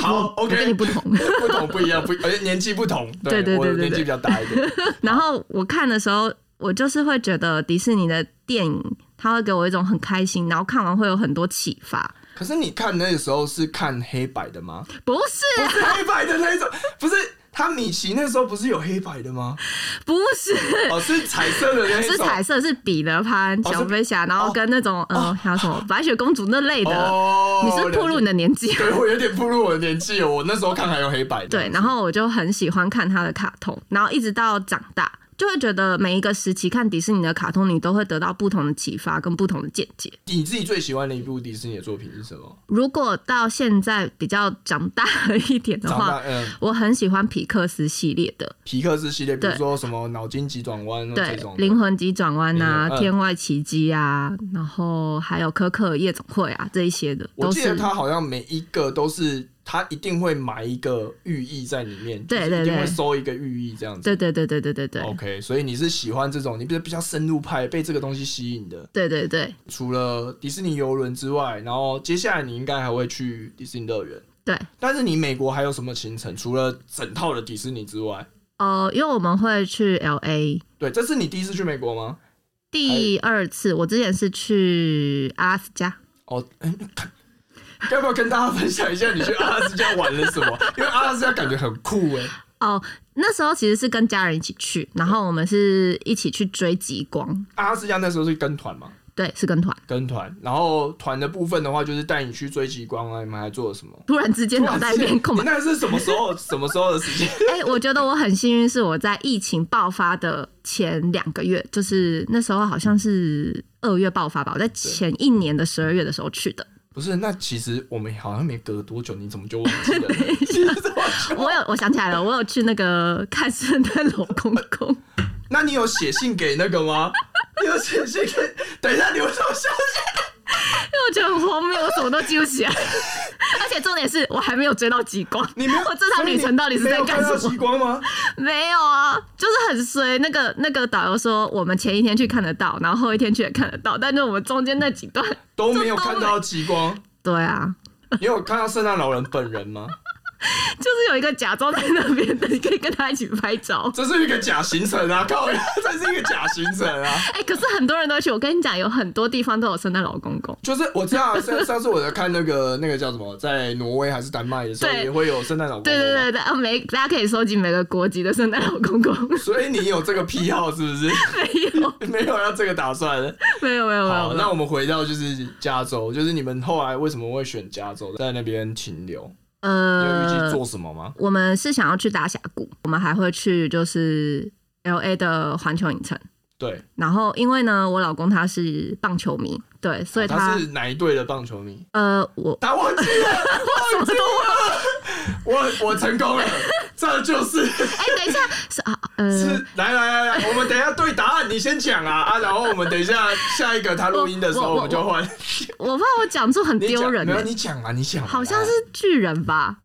Speaker 7: 好
Speaker 6: 我跟你
Speaker 7: ，OK，
Speaker 6: 不同。
Speaker 7: 不同不一样，不，而且年纪不同，
Speaker 6: 对对对
Speaker 7: 我
Speaker 6: 对对
Speaker 7: 年纪比较大一点。
Speaker 6: 然后我看的时候，我就是会觉得迪士尼的电影，它会给我一种很开心，然后看完会有很多启发。
Speaker 1: 可是你看那个时候是看黑白的 吗？
Speaker 6: 不是
Speaker 1: 不是黑白的那一种，不是他米奇那时候不是有黑白的 吗？
Speaker 6: 不是，
Speaker 1: 哦，是彩色的那一种，
Speaker 6: 是彩色，是彼得潘、
Speaker 1: 是
Speaker 6: 小飞侠，然后跟那种呃还有什么白雪公主那类的。
Speaker 1: 哦，
Speaker 6: 你是暴露你的年纪啊
Speaker 1: 了解，对我有点暴露我的年纪哦，我那时候看还有黑白的，
Speaker 6: 对，然后我就很喜欢看他的卡通，然后一直到长大，就会觉得每一个时期看迪士尼的卡通，你都会得到不同的启发跟不同的见解。
Speaker 1: 你自己最喜欢的一部迪士尼的作品是什么？
Speaker 6: 如果到现在比较长大了一点的
Speaker 1: 长大
Speaker 6: 话，
Speaker 1: 嗯，
Speaker 6: 我很喜欢皮克斯系列的，
Speaker 1: 皮克斯系列，比如
Speaker 6: 对
Speaker 1: 说什么脑筋急转弯哦这
Speaker 6: 对
Speaker 1: 种，的，
Speaker 6: 灵魂急转弯啊
Speaker 1: 灵，魂嗯
Speaker 6: 天外奇迹啊，然后还有可可夜总会啊这一些的，
Speaker 1: 我
Speaker 6: 都
Speaker 1: 记得
Speaker 6: 是
Speaker 1: 他好像每一个都是他一定会埋一个寓意在里面，
Speaker 6: 对
Speaker 1: 就是一定
Speaker 6: 对对
Speaker 1: 会收一个寓意这样子。
Speaker 6: 对对对对对对对
Speaker 1: OK，所以你是喜欢这种，你比较比较深入派，被这个东西吸引的。
Speaker 6: 对对对
Speaker 1: 除了迪士尼游轮之外，然后接下来你应该还会去迪士尼乐园。
Speaker 6: 对。
Speaker 1: 但是你美国还有什么行程？除了整套的迪士尼之外，
Speaker 6: 哦，因为我们会去 L A。
Speaker 1: 对，这是你第一次去美国吗？
Speaker 6: 第二次，我之前是去阿拉斯加，
Speaker 1: 哦，嗯要不要跟大家分享一下你去阿拉斯加玩了什么？因为阿拉斯加感觉很酷哎、
Speaker 6: 哦，那时候其实是跟家人一起去，然后我们是一起去追极光，
Speaker 1: 阿拉斯加那时候是跟团嘛，
Speaker 6: 对，是跟团。
Speaker 1: 跟团，然后团的部分的话，就是带你去追极光啊，你们还做了什么？
Speaker 6: 突然之 间脑袋一片空
Speaker 1: 你
Speaker 6: 白。
Speaker 1: 那是什么时候？什么时候的时间？
Speaker 6: 哎、我觉得我很幸运，是我在疫情爆发的前两个月，就是那时候好像是二月爆发吧，我在前一年的十二月的时候去的。
Speaker 1: 不是，那其实我们好像没隔多久，你怎么就忘记了呢？ 你怎么就
Speaker 6: 我有，我想起来了，我有去那个看圣诞老公公。
Speaker 1: 那你有写信给那个吗？你有写信给？等一下，你为什么笑？
Speaker 6: 因为我觉得很荒谬，我什么都记不起来，而且重点是我还没有追到极光。
Speaker 1: 你没有？
Speaker 6: 我这趟旅程到底是在干
Speaker 1: 所以
Speaker 6: 什
Speaker 1: 你没有看到极
Speaker 6: 么？
Speaker 1: 光吗？
Speaker 6: 没有啊，就是很衰。那个那个导游说，我们前一天去看得到，然后后一天去也看得到，但是我们中间那几段，
Speaker 1: 都没有看到极光。
Speaker 6: 对啊，
Speaker 1: 你有看到圣诞老人本人吗？
Speaker 6: 就是有一个假装在那边的，你可以跟他一起拍照。
Speaker 1: 这是一个假行程啊！靠， 这是一个假行程啊！
Speaker 6: 哎、可是很多人都去，我跟你讲，有很多地方都有圣诞老公公。
Speaker 1: 就是我知道啊 上上次我在看那个那个叫什么，在挪威还是丹麦的时候，
Speaker 6: 对
Speaker 1: 也会有圣诞老公公。
Speaker 6: 对对对对，啊，每大家可以收集每个国籍的圣诞老公 公。
Speaker 1: 所以你有这个癖好是不是？
Speaker 6: 没有，
Speaker 1: 没有要这个打算。
Speaker 6: 没有，没有，没有
Speaker 1: 好，。那我们回到就是加州，就是你们后来为什么会选加州，在那边停留？你有预计
Speaker 6: 呃，
Speaker 1: 做什么吗？
Speaker 6: 我们是想要去大峡谷，我们还会去就是 L A 的环球影城。
Speaker 1: 对，
Speaker 6: 然后因为呢，我老公他是棒球迷，对，所以
Speaker 1: 哦他
Speaker 6: 他
Speaker 1: 是哪一队的棒球迷？
Speaker 6: 呃，我
Speaker 1: 他忘记了，忘记了，我我成功了，这就是
Speaker 6: 哎、等一下是啊，呃，
Speaker 1: 是来来来来，我们等一下对答案，你先讲啊啊，然后我们等一下下一个他录音的时候
Speaker 6: 我我
Speaker 1: 我们就换，
Speaker 6: 我怕我讲出很
Speaker 1: 你讲
Speaker 6: 丢人
Speaker 1: 没
Speaker 6: 的、
Speaker 1: 有你讲啊，你讲啊，
Speaker 6: 好像是巨人吧？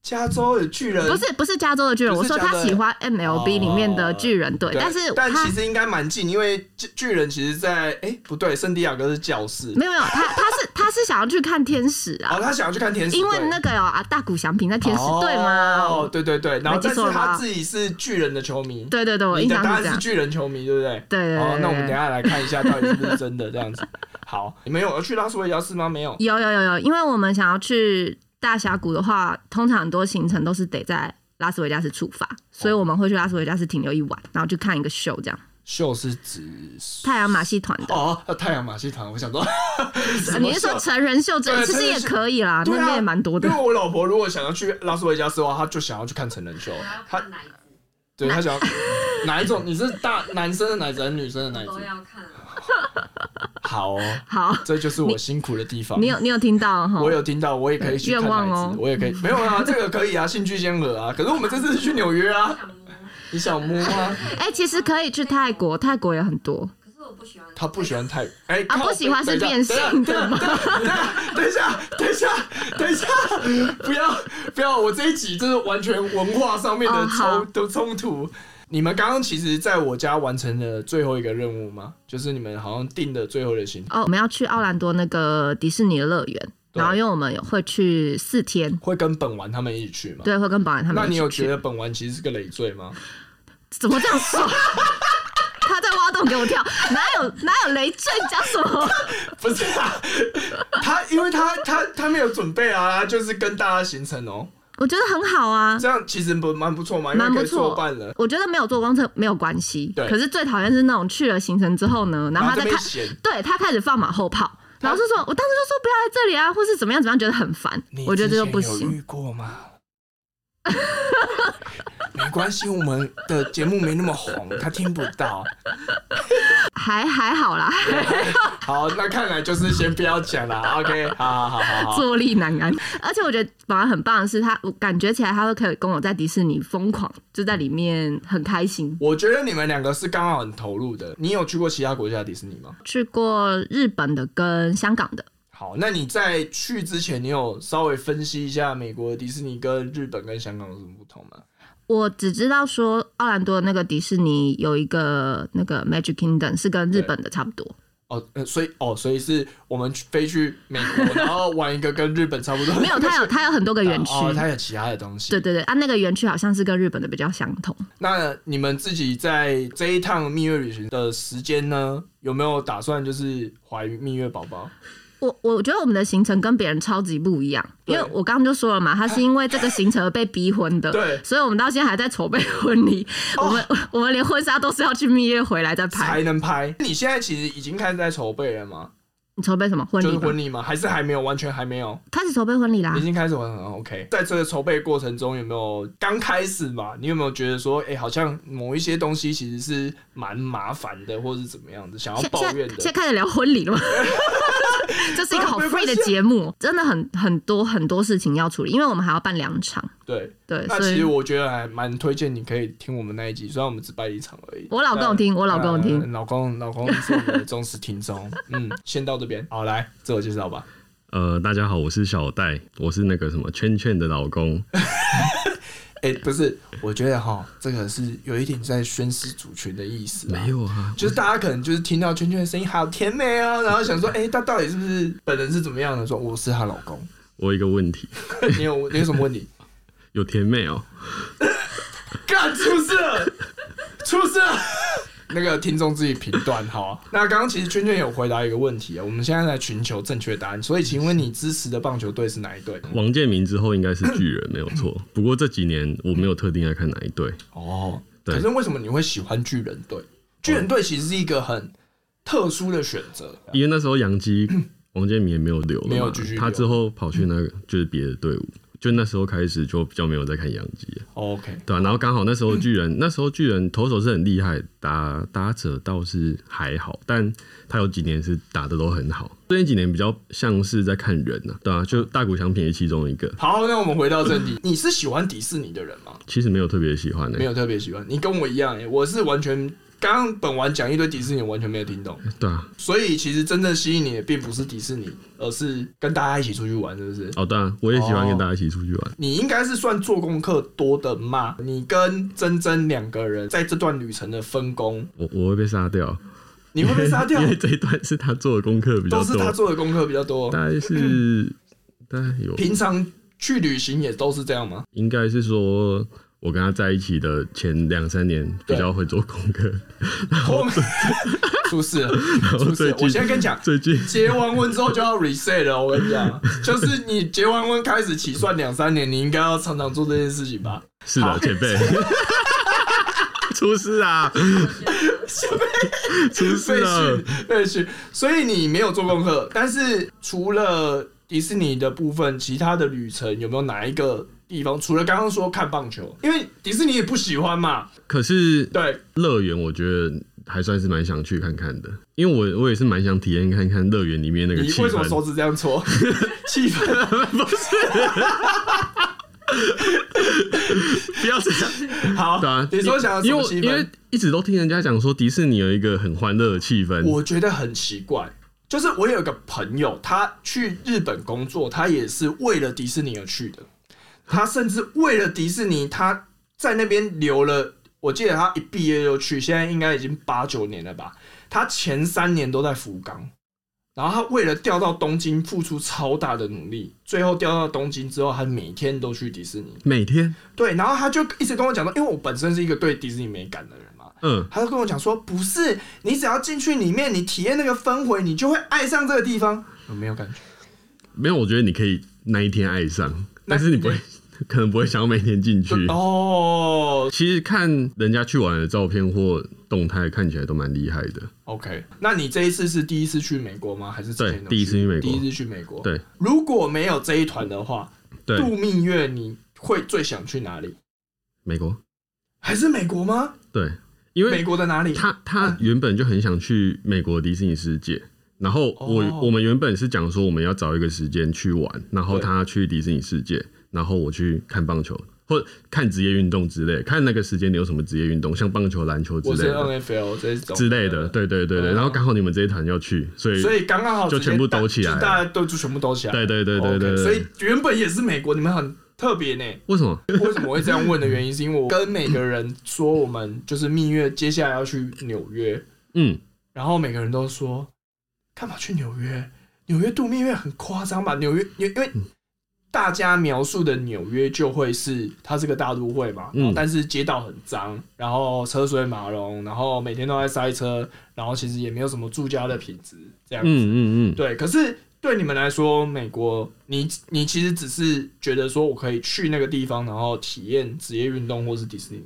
Speaker 1: 加州的巨人，
Speaker 6: 不是，不是加州的巨人，
Speaker 1: 不
Speaker 6: 我
Speaker 1: 是
Speaker 6: 说
Speaker 1: 加州的哦
Speaker 6: 他喜欢 MLB 里面的巨人队，
Speaker 1: 对，
Speaker 6: 但是
Speaker 1: 但
Speaker 6: 他
Speaker 1: 其实应该蛮近，因为巨巨人其实在哎、不对，圣地亚哥是教室，
Speaker 6: 没有没有，他他是他是想要去看天使啊，
Speaker 1: 哦，他想要去看天使队，
Speaker 6: 因为那个有啊大谷翔平在天使队嘛，
Speaker 1: 哦，对对对，然后
Speaker 6: 没记
Speaker 1: 但是
Speaker 6: 错
Speaker 1: 他
Speaker 6: 吧
Speaker 1: 自己是巨人的球迷，
Speaker 6: 对对对，我
Speaker 1: 你
Speaker 6: 印
Speaker 1: 的
Speaker 6: 象
Speaker 1: 答
Speaker 6: 是
Speaker 1: 案
Speaker 6: 这样
Speaker 1: 是，巨人球迷，对不对？
Speaker 6: 对对对
Speaker 1: 好，
Speaker 6: 对
Speaker 1: 啊那我们等一下来看一下到底是不是真的这样子。好，你们有要去拉斯维加斯吗？没有。
Speaker 6: 有有有有，因为我们想要去大峡谷的话，通常很多行程都是得在拉斯维加斯出发，所以我们会去拉斯维加斯停留一晚，然后去看一个秀，这样
Speaker 1: 秀是指
Speaker 6: 太阳马戏团的。啊
Speaker 1: 哦，太阳马戏团，我想说，什么
Speaker 6: 你是
Speaker 1: 秀
Speaker 6: 说成人秀这
Speaker 1: 对
Speaker 6: 其实
Speaker 1: 成人
Speaker 6: 也
Speaker 1: 秀
Speaker 6: 可以啦，
Speaker 1: 对
Speaker 6: 那
Speaker 1: 啊
Speaker 6: 边也蛮多的
Speaker 1: 因。为我老婆如果想要去拉斯维加斯的话，她就想要去看成人秀，她
Speaker 2: 哪一部
Speaker 1: 对她想要哪一种？你是大男生的奶子还是女生的奶
Speaker 2: 都
Speaker 1: 子？
Speaker 2: 要看啊。
Speaker 1: 好哦，
Speaker 6: 好，
Speaker 1: 这就是我辛苦的地方
Speaker 6: 你。有你有听到哈？
Speaker 1: 我有听到，我也可以去看
Speaker 6: 愿望
Speaker 1: 奶
Speaker 6: 哦
Speaker 1: 子，我也可以没有啊，这个可以啊，兴趣先合啊。可是我们这次是去纽约啊，
Speaker 2: 想摸，
Speaker 1: 你想摸吗？
Speaker 6: 哎、其实可以去泰国，泰国也很多。
Speaker 2: 可是我不喜欢。
Speaker 1: 他不喜欢泰，哎、
Speaker 6: 啊
Speaker 1: 靠
Speaker 6: 不喜欢是变性的吗？
Speaker 1: 等一下等一下等一下等一下，不要不要，我这一集就是完全文化上面的
Speaker 6: 哦好
Speaker 1: 冲的冲突。你们刚刚其实在我家完成了最后一个任务吗？就是你们好像定的最后的行程，
Speaker 6: 哦，我们要去奥兰多那个迪士尼的乐园，
Speaker 1: 对
Speaker 6: 然后因为我们有会去四天，
Speaker 1: 会跟本丸他们一起去吗？。
Speaker 6: 对，会跟保安他们
Speaker 1: 那
Speaker 6: 一起去。
Speaker 1: 你有觉得本丸其实是个累赘吗？
Speaker 6: 怎么这样说？ 他在挖洞给我跳，哪有哪有雷震讲什么？
Speaker 1: 不是啊，他因为他他他没有准备啊，就是跟大家行程哦，
Speaker 6: 我觉得很好啊，
Speaker 1: 这样其实不蛮不错嘛，因为
Speaker 6: 蛮
Speaker 1: 可
Speaker 6: 不
Speaker 1: 以作
Speaker 6: 错
Speaker 1: 伴了。。
Speaker 6: 我觉得没有做功课没有关系，
Speaker 1: 对
Speaker 6: 可是最讨厌是那种去了行程之后呢，然后他
Speaker 1: 这
Speaker 6: 再
Speaker 1: 边
Speaker 6: 看，
Speaker 1: 闲，
Speaker 6: 对他开始放马后炮。老师说，我当时就说不要来这里啊，或是怎么样怎么样，觉得很烦
Speaker 1: 你。
Speaker 6: 我觉得
Speaker 1: 之
Speaker 6: 这就
Speaker 1: 前
Speaker 6: 不
Speaker 1: 有
Speaker 6: 行。
Speaker 1: 遇过吗？ 没关系，我们的节目没那么红，他听不到。
Speaker 6: 还还好啦，
Speaker 1: 好，那看来就是先不要讲了。OK，好好好好 好。
Speaker 6: 坐立难安。而且我觉得宝安很棒的是他，我感觉起来他会可以跟我在迪士尼疯狂，就在里面很开心。
Speaker 1: 我觉得你们两个是刚好很投入的。你有去过其他国家的迪士尼吗？
Speaker 6: 去过日本的跟香港的，
Speaker 1: 好，那你在去之前，你有稍微分析一下美国的迪士尼跟日本跟香港有什么不同吗？
Speaker 6: 我只知道说奥兰多的那个迪士尼有一个那个 Magic Kingdom 是跟日本的差不多。
Speaker 1: 哦，呃、所以哦，所以是我们去飞去美国，然后玩一个跟日本差不多的
Speaker 6: 没有，它有它有很多个园区。
Speaker 1: 哦，它有其他的东西。
Speaker 6: 对对对，啊，那个园区好像是跟日本的比较相同。
Speaker 1: 那你们自己在这一趟蜜月旅行的时间呢，有没有打算就是怀蜜月宝宝？
Speaker 6: 我我觉得我们的行程跟别人超级不一样，因为
Speaker 1: 对
Speaker 6: 我刚刚就说了嘛，他是因为这个行程而被逼婚的，
Speaker 1: 对
Speaker 6: 所以我们到现在还在筹备婚礼，呃我们我们连婚纱都是要去蜜月回来再拍
Speaker 1: 才。哦能拍？你现在其实已经开始在筹备了吗？
Speaker 6: 你筹备什么婚
Speaker 1: 就是
Speaker 6: 礼吗？
Speaker 1: 婚礼吗？还是还没有？完全还没有，
Speaker 6: 开始筹备婚礼啦
Speaker 1: 已。经开始玩很 OK。在这个筹备过程中，有没有刚开始嘛？你有没有觉得说，哎、好像某一些东西其实是蛮麻烦的，或是怎么样的，想要
Speaker 6: 现
Speaker 1: 抱
Speaker 6: 现在
Speaker 1: 怨
Speaker 6: 现在
Speaker 1: 的？
Speaker 6: 开始聊婚礼了吗？ 这是一个好
Speaker 1: 没关
Speaker 6: free
Speaker 1: 系啊
Speaker 6: 的节目，真的很很多很多事情要处理，因为我们还要办两场，
Speaker 1: 对，
Speaker 6: 对，
Speaker 1: 那
Speaker 6: 所
Speaker 1: 其
Speaker 6: 以
Speaker 1: 实我觉得还蛮推荐你可以听我们那一集，虽然我们只办一场而已。
Speaker 6: 我老公有听，我老公有听
Speaker 1: 呃，老公，老公是我们的忠实听众。嗯，先到这边，好，来自我介绍吧。
Speaker 4: 呃，大家好，我是小戴，我是那个什么圈圈的老公。
Speaker 1: 哎、不是，我觉得哈，这个是有一点在宣示主权的意思、啊。
Speaker 4: 没有啊，
Speaker 1: 就是大家可能就是听到圈圈的声音好甜美哦，然后想说，哎、他到底是不是本人是怎么样的？说我是她老公，
Speaker 4: 我有一个问题，
Speaker 1: 你有你有什么问题？
Speaker 4: 有甜妹哦、
Speaker 1: 干出事 了，出事了。那个听众自己评断啊哈。 那刚刚其实圈圈有回答一个问题啊，我们现在在寻求正确答案。所以，请问你支持的棒球队是哪一队？
Speaker 4: 王建民之后应该是巨人，没有错。不过这几年我没有特定爱看哪一队，
Speaker 1: 哦，
Speaker 4: 对
Speaker 1: 可是为什么你会喜欢巨人队？巨人队其实是一个很特殊的选择。
Speaker 4: 因为那时候杨基王建民也没有留了
Speaker 1: 嗯
Speaker 4: 嘛
Speaker 1: 没有继续留
Speaker 4: 他之后跑去那个就是别的队伍，就那时候开始就比较没有在看杨基了，
Speaker 1: 哦 OK，
Speaker 4: 对啊，然后刚好那时候巨人，那时候巨人投手是很厉害，打打者倒是还好，但他有几年是打的都很好，最近几年比较像是在看人呐、啊，对啊，就大谷翔平也其中一个，
Speaker 1: 好，那我们回到正 题。你是喜欢迪士尼的人吗？
Speaker 4: 其实没有特别喜欢的、欸
Speaker 1: 没有特别喜欢，你跟我一样、欸，我是完全。刚刚本丸讲一堆迪士尼，我完全没有听懂，
Speaker 4: 对啊，
Speaker 1: 所以其实真正吸引你的并不是迪士尼，而是跟大家一起出去玩，是不是？
Speaker 4: 哦对啊，我也喜欢
Speaker 1: 哦
Speaker 4: 跟大家一起出去玩，
Speaker 1: 你应该是算做功课多的嘛？你跟珍珍两个人在这段旅程的分工，
Speaker 4: 我我会被杀掉，
Speaker 1: 你会被杀掉
Speaker 4: 因，为这一段是他做的功课比较
Speaker 1: 啊都是他
Speaker 4: 多，
Speaker 1: 做的功课比较多。
Speaker 4: 大概是大概有
Speaker 1: 平常去旅行也都是这样 吗？
Speaker 4: 应该是说我跟他在一起的前两三年比较会做功课，哦
Speaker 1: 后面 出事了，出事
Speaker 4: 最
Speaker 1: 了！
Speaker 4: 近
Speaker 1: 我现在跟你讲，
Speaker 4: 最近
Speaker 1: 结完婚之后就要 reset 了。我跟你讲，就是你结完婚开始起算两三年，你应该要常常做这件事情吧？
Speaker 4: 是的，前 辈。出事啊！出事
Speaker 1: 被
Speaker 4: 了
Speaker 1: 训！，被训。所以你没有做功课，但是除了迪士尼的部分，其他的旅程有没有哪一个地方？除了刚刚说看棒球，因为迪士尼也不喜欢嘛，
Speaker 4: 可是
Speaker 1: 对，
Speaker 4: 乐园我觉得还算是蛮想去看看的，因为我我也是蛮想体验看看乐园里面那个
Speaker 1: 你
Speaker 4: 气
Speaker 1: 为什么
Speaker 4: 氛。
Speaker 1: 手指这样搓？ 气氛
Speaker 4: 不要这样，
Speaker 1: 好，
Speaker 4: 对啊，
Speaker 1: 你说想要什
Speaker 4: 因为
Speaker 1: 么
Speaker 4: 我
Speaker 1: 气
Speaker 4: 因为
Speaker 1: 氛？
Speaker 4: 一直都听人家讲说迪士尼有一个很欢乐的气氛，
Speaker 1: 我觉得很奇怪。就是我有一个朋友，他去日本工作，他也是为了迪士尼而去的。他甚至为了迪士尼，他在那边留了，我记得他一毕业就去，现在应该已经八九年了吧。他前三年都在福冈，然后他为了调到东京付出超大的努力，最后调到东京之后，他每天都去迪士尼。
Speaker 4: 每天，
Speaker 1: 对，然后他就一直跟我讲说，因为我本身是一个对迪士尼没感的人嘛，
Speaker 4: 嗯，
Speaker 1: 他就跟我讲说，不是，你只要进去里面，你体验那个氛围，你就会爱上这个地方。我没有感觉，
Speaker 4: 没有，我觉得你可以那一天爱上，
Speaker 1: 那
Speaker 4: 但是你不会， 可能不会想要每天进去。
Speaker 1: 哦
Speaker 4: 其实看人家去玩的照片或动态，看起来都蛮厉害的。
Speaker 1: ，OK，那你这一次是第一次去美国吗？还是之前
Speaker 4: 对
Speaker 1: 有
Speaker 4: 第一次去美国
Speaker 1: 第一次去美国。
Speaker 4: 对，
Speaker 1: 如果没有这一团的话，度
Speaker 4: 对，
Speaker 1: 蜜月你会最想去哪里？
Speaker 4: 美国，
Speaker 1: 还是美国吗？
Speaker 4: 对，因为
Speaker 1: 美国的哪里？
Speaker 4: 他他原本就很想去美国迪士尼世界，然后我、
Speaker 1: 哦
Speaker 4: 我们原本是讲说我们要找一个时间去玩，然后
Speaker 1: 对
Speaker 4: 他去迪士尼世界，然后我去看棒球或看职业运动之类，看那个时间你有什么职业运动，像棒球、篮球之
Speaker 1: 我
Speaker 4: 类
Speaker 1: 是
Speaker 4: 的
Speaker 1: NFL 这种
Speaker 4: 之类的，，对对对对，
Speaker 1: 哦
Speaker 4: 然后刚好你们这一团要去，所以
Speaker 1: 所以刚刚好
Speaker 4: 就
Speaker 1: 直接
Speaker 4: 全部
Speaker 1: 大
Speaker 4: 兜起来
Speaker 1: 就大家都就全部兜起来。
Speaker 4: 对对对对
Speaker 1: OK，
Speaker 4: 对对
Speaker 1: 所以原本也是美国，你们很特别呢。
Speaker 4: 为什么？
Speaker 1: 为什么会这样问的原因，是因为我跟每个人说我们就是蜜月，接下来要去纽约，
Speaker 4: 嗯，
Speaker 1: 然后每个人都说干嘛去纽约？纽约度蜜月很夸张吧？纽约因为因为大家描述的纽约就会是它是个大都会嘛，
Speaker 4: 嗯
Speaker 1: 然后但是街道很脏，然后车水马龙，然后每天都在塞车，然后其实也没有什么住家的品质这样子。
Speaker 4: 嗯嗯嗯，
Speaker 1: 对，可是对你们来说，美国，你你其实只是觉得说我可以去那个地方，然后体验职业运动，或是迪士尼、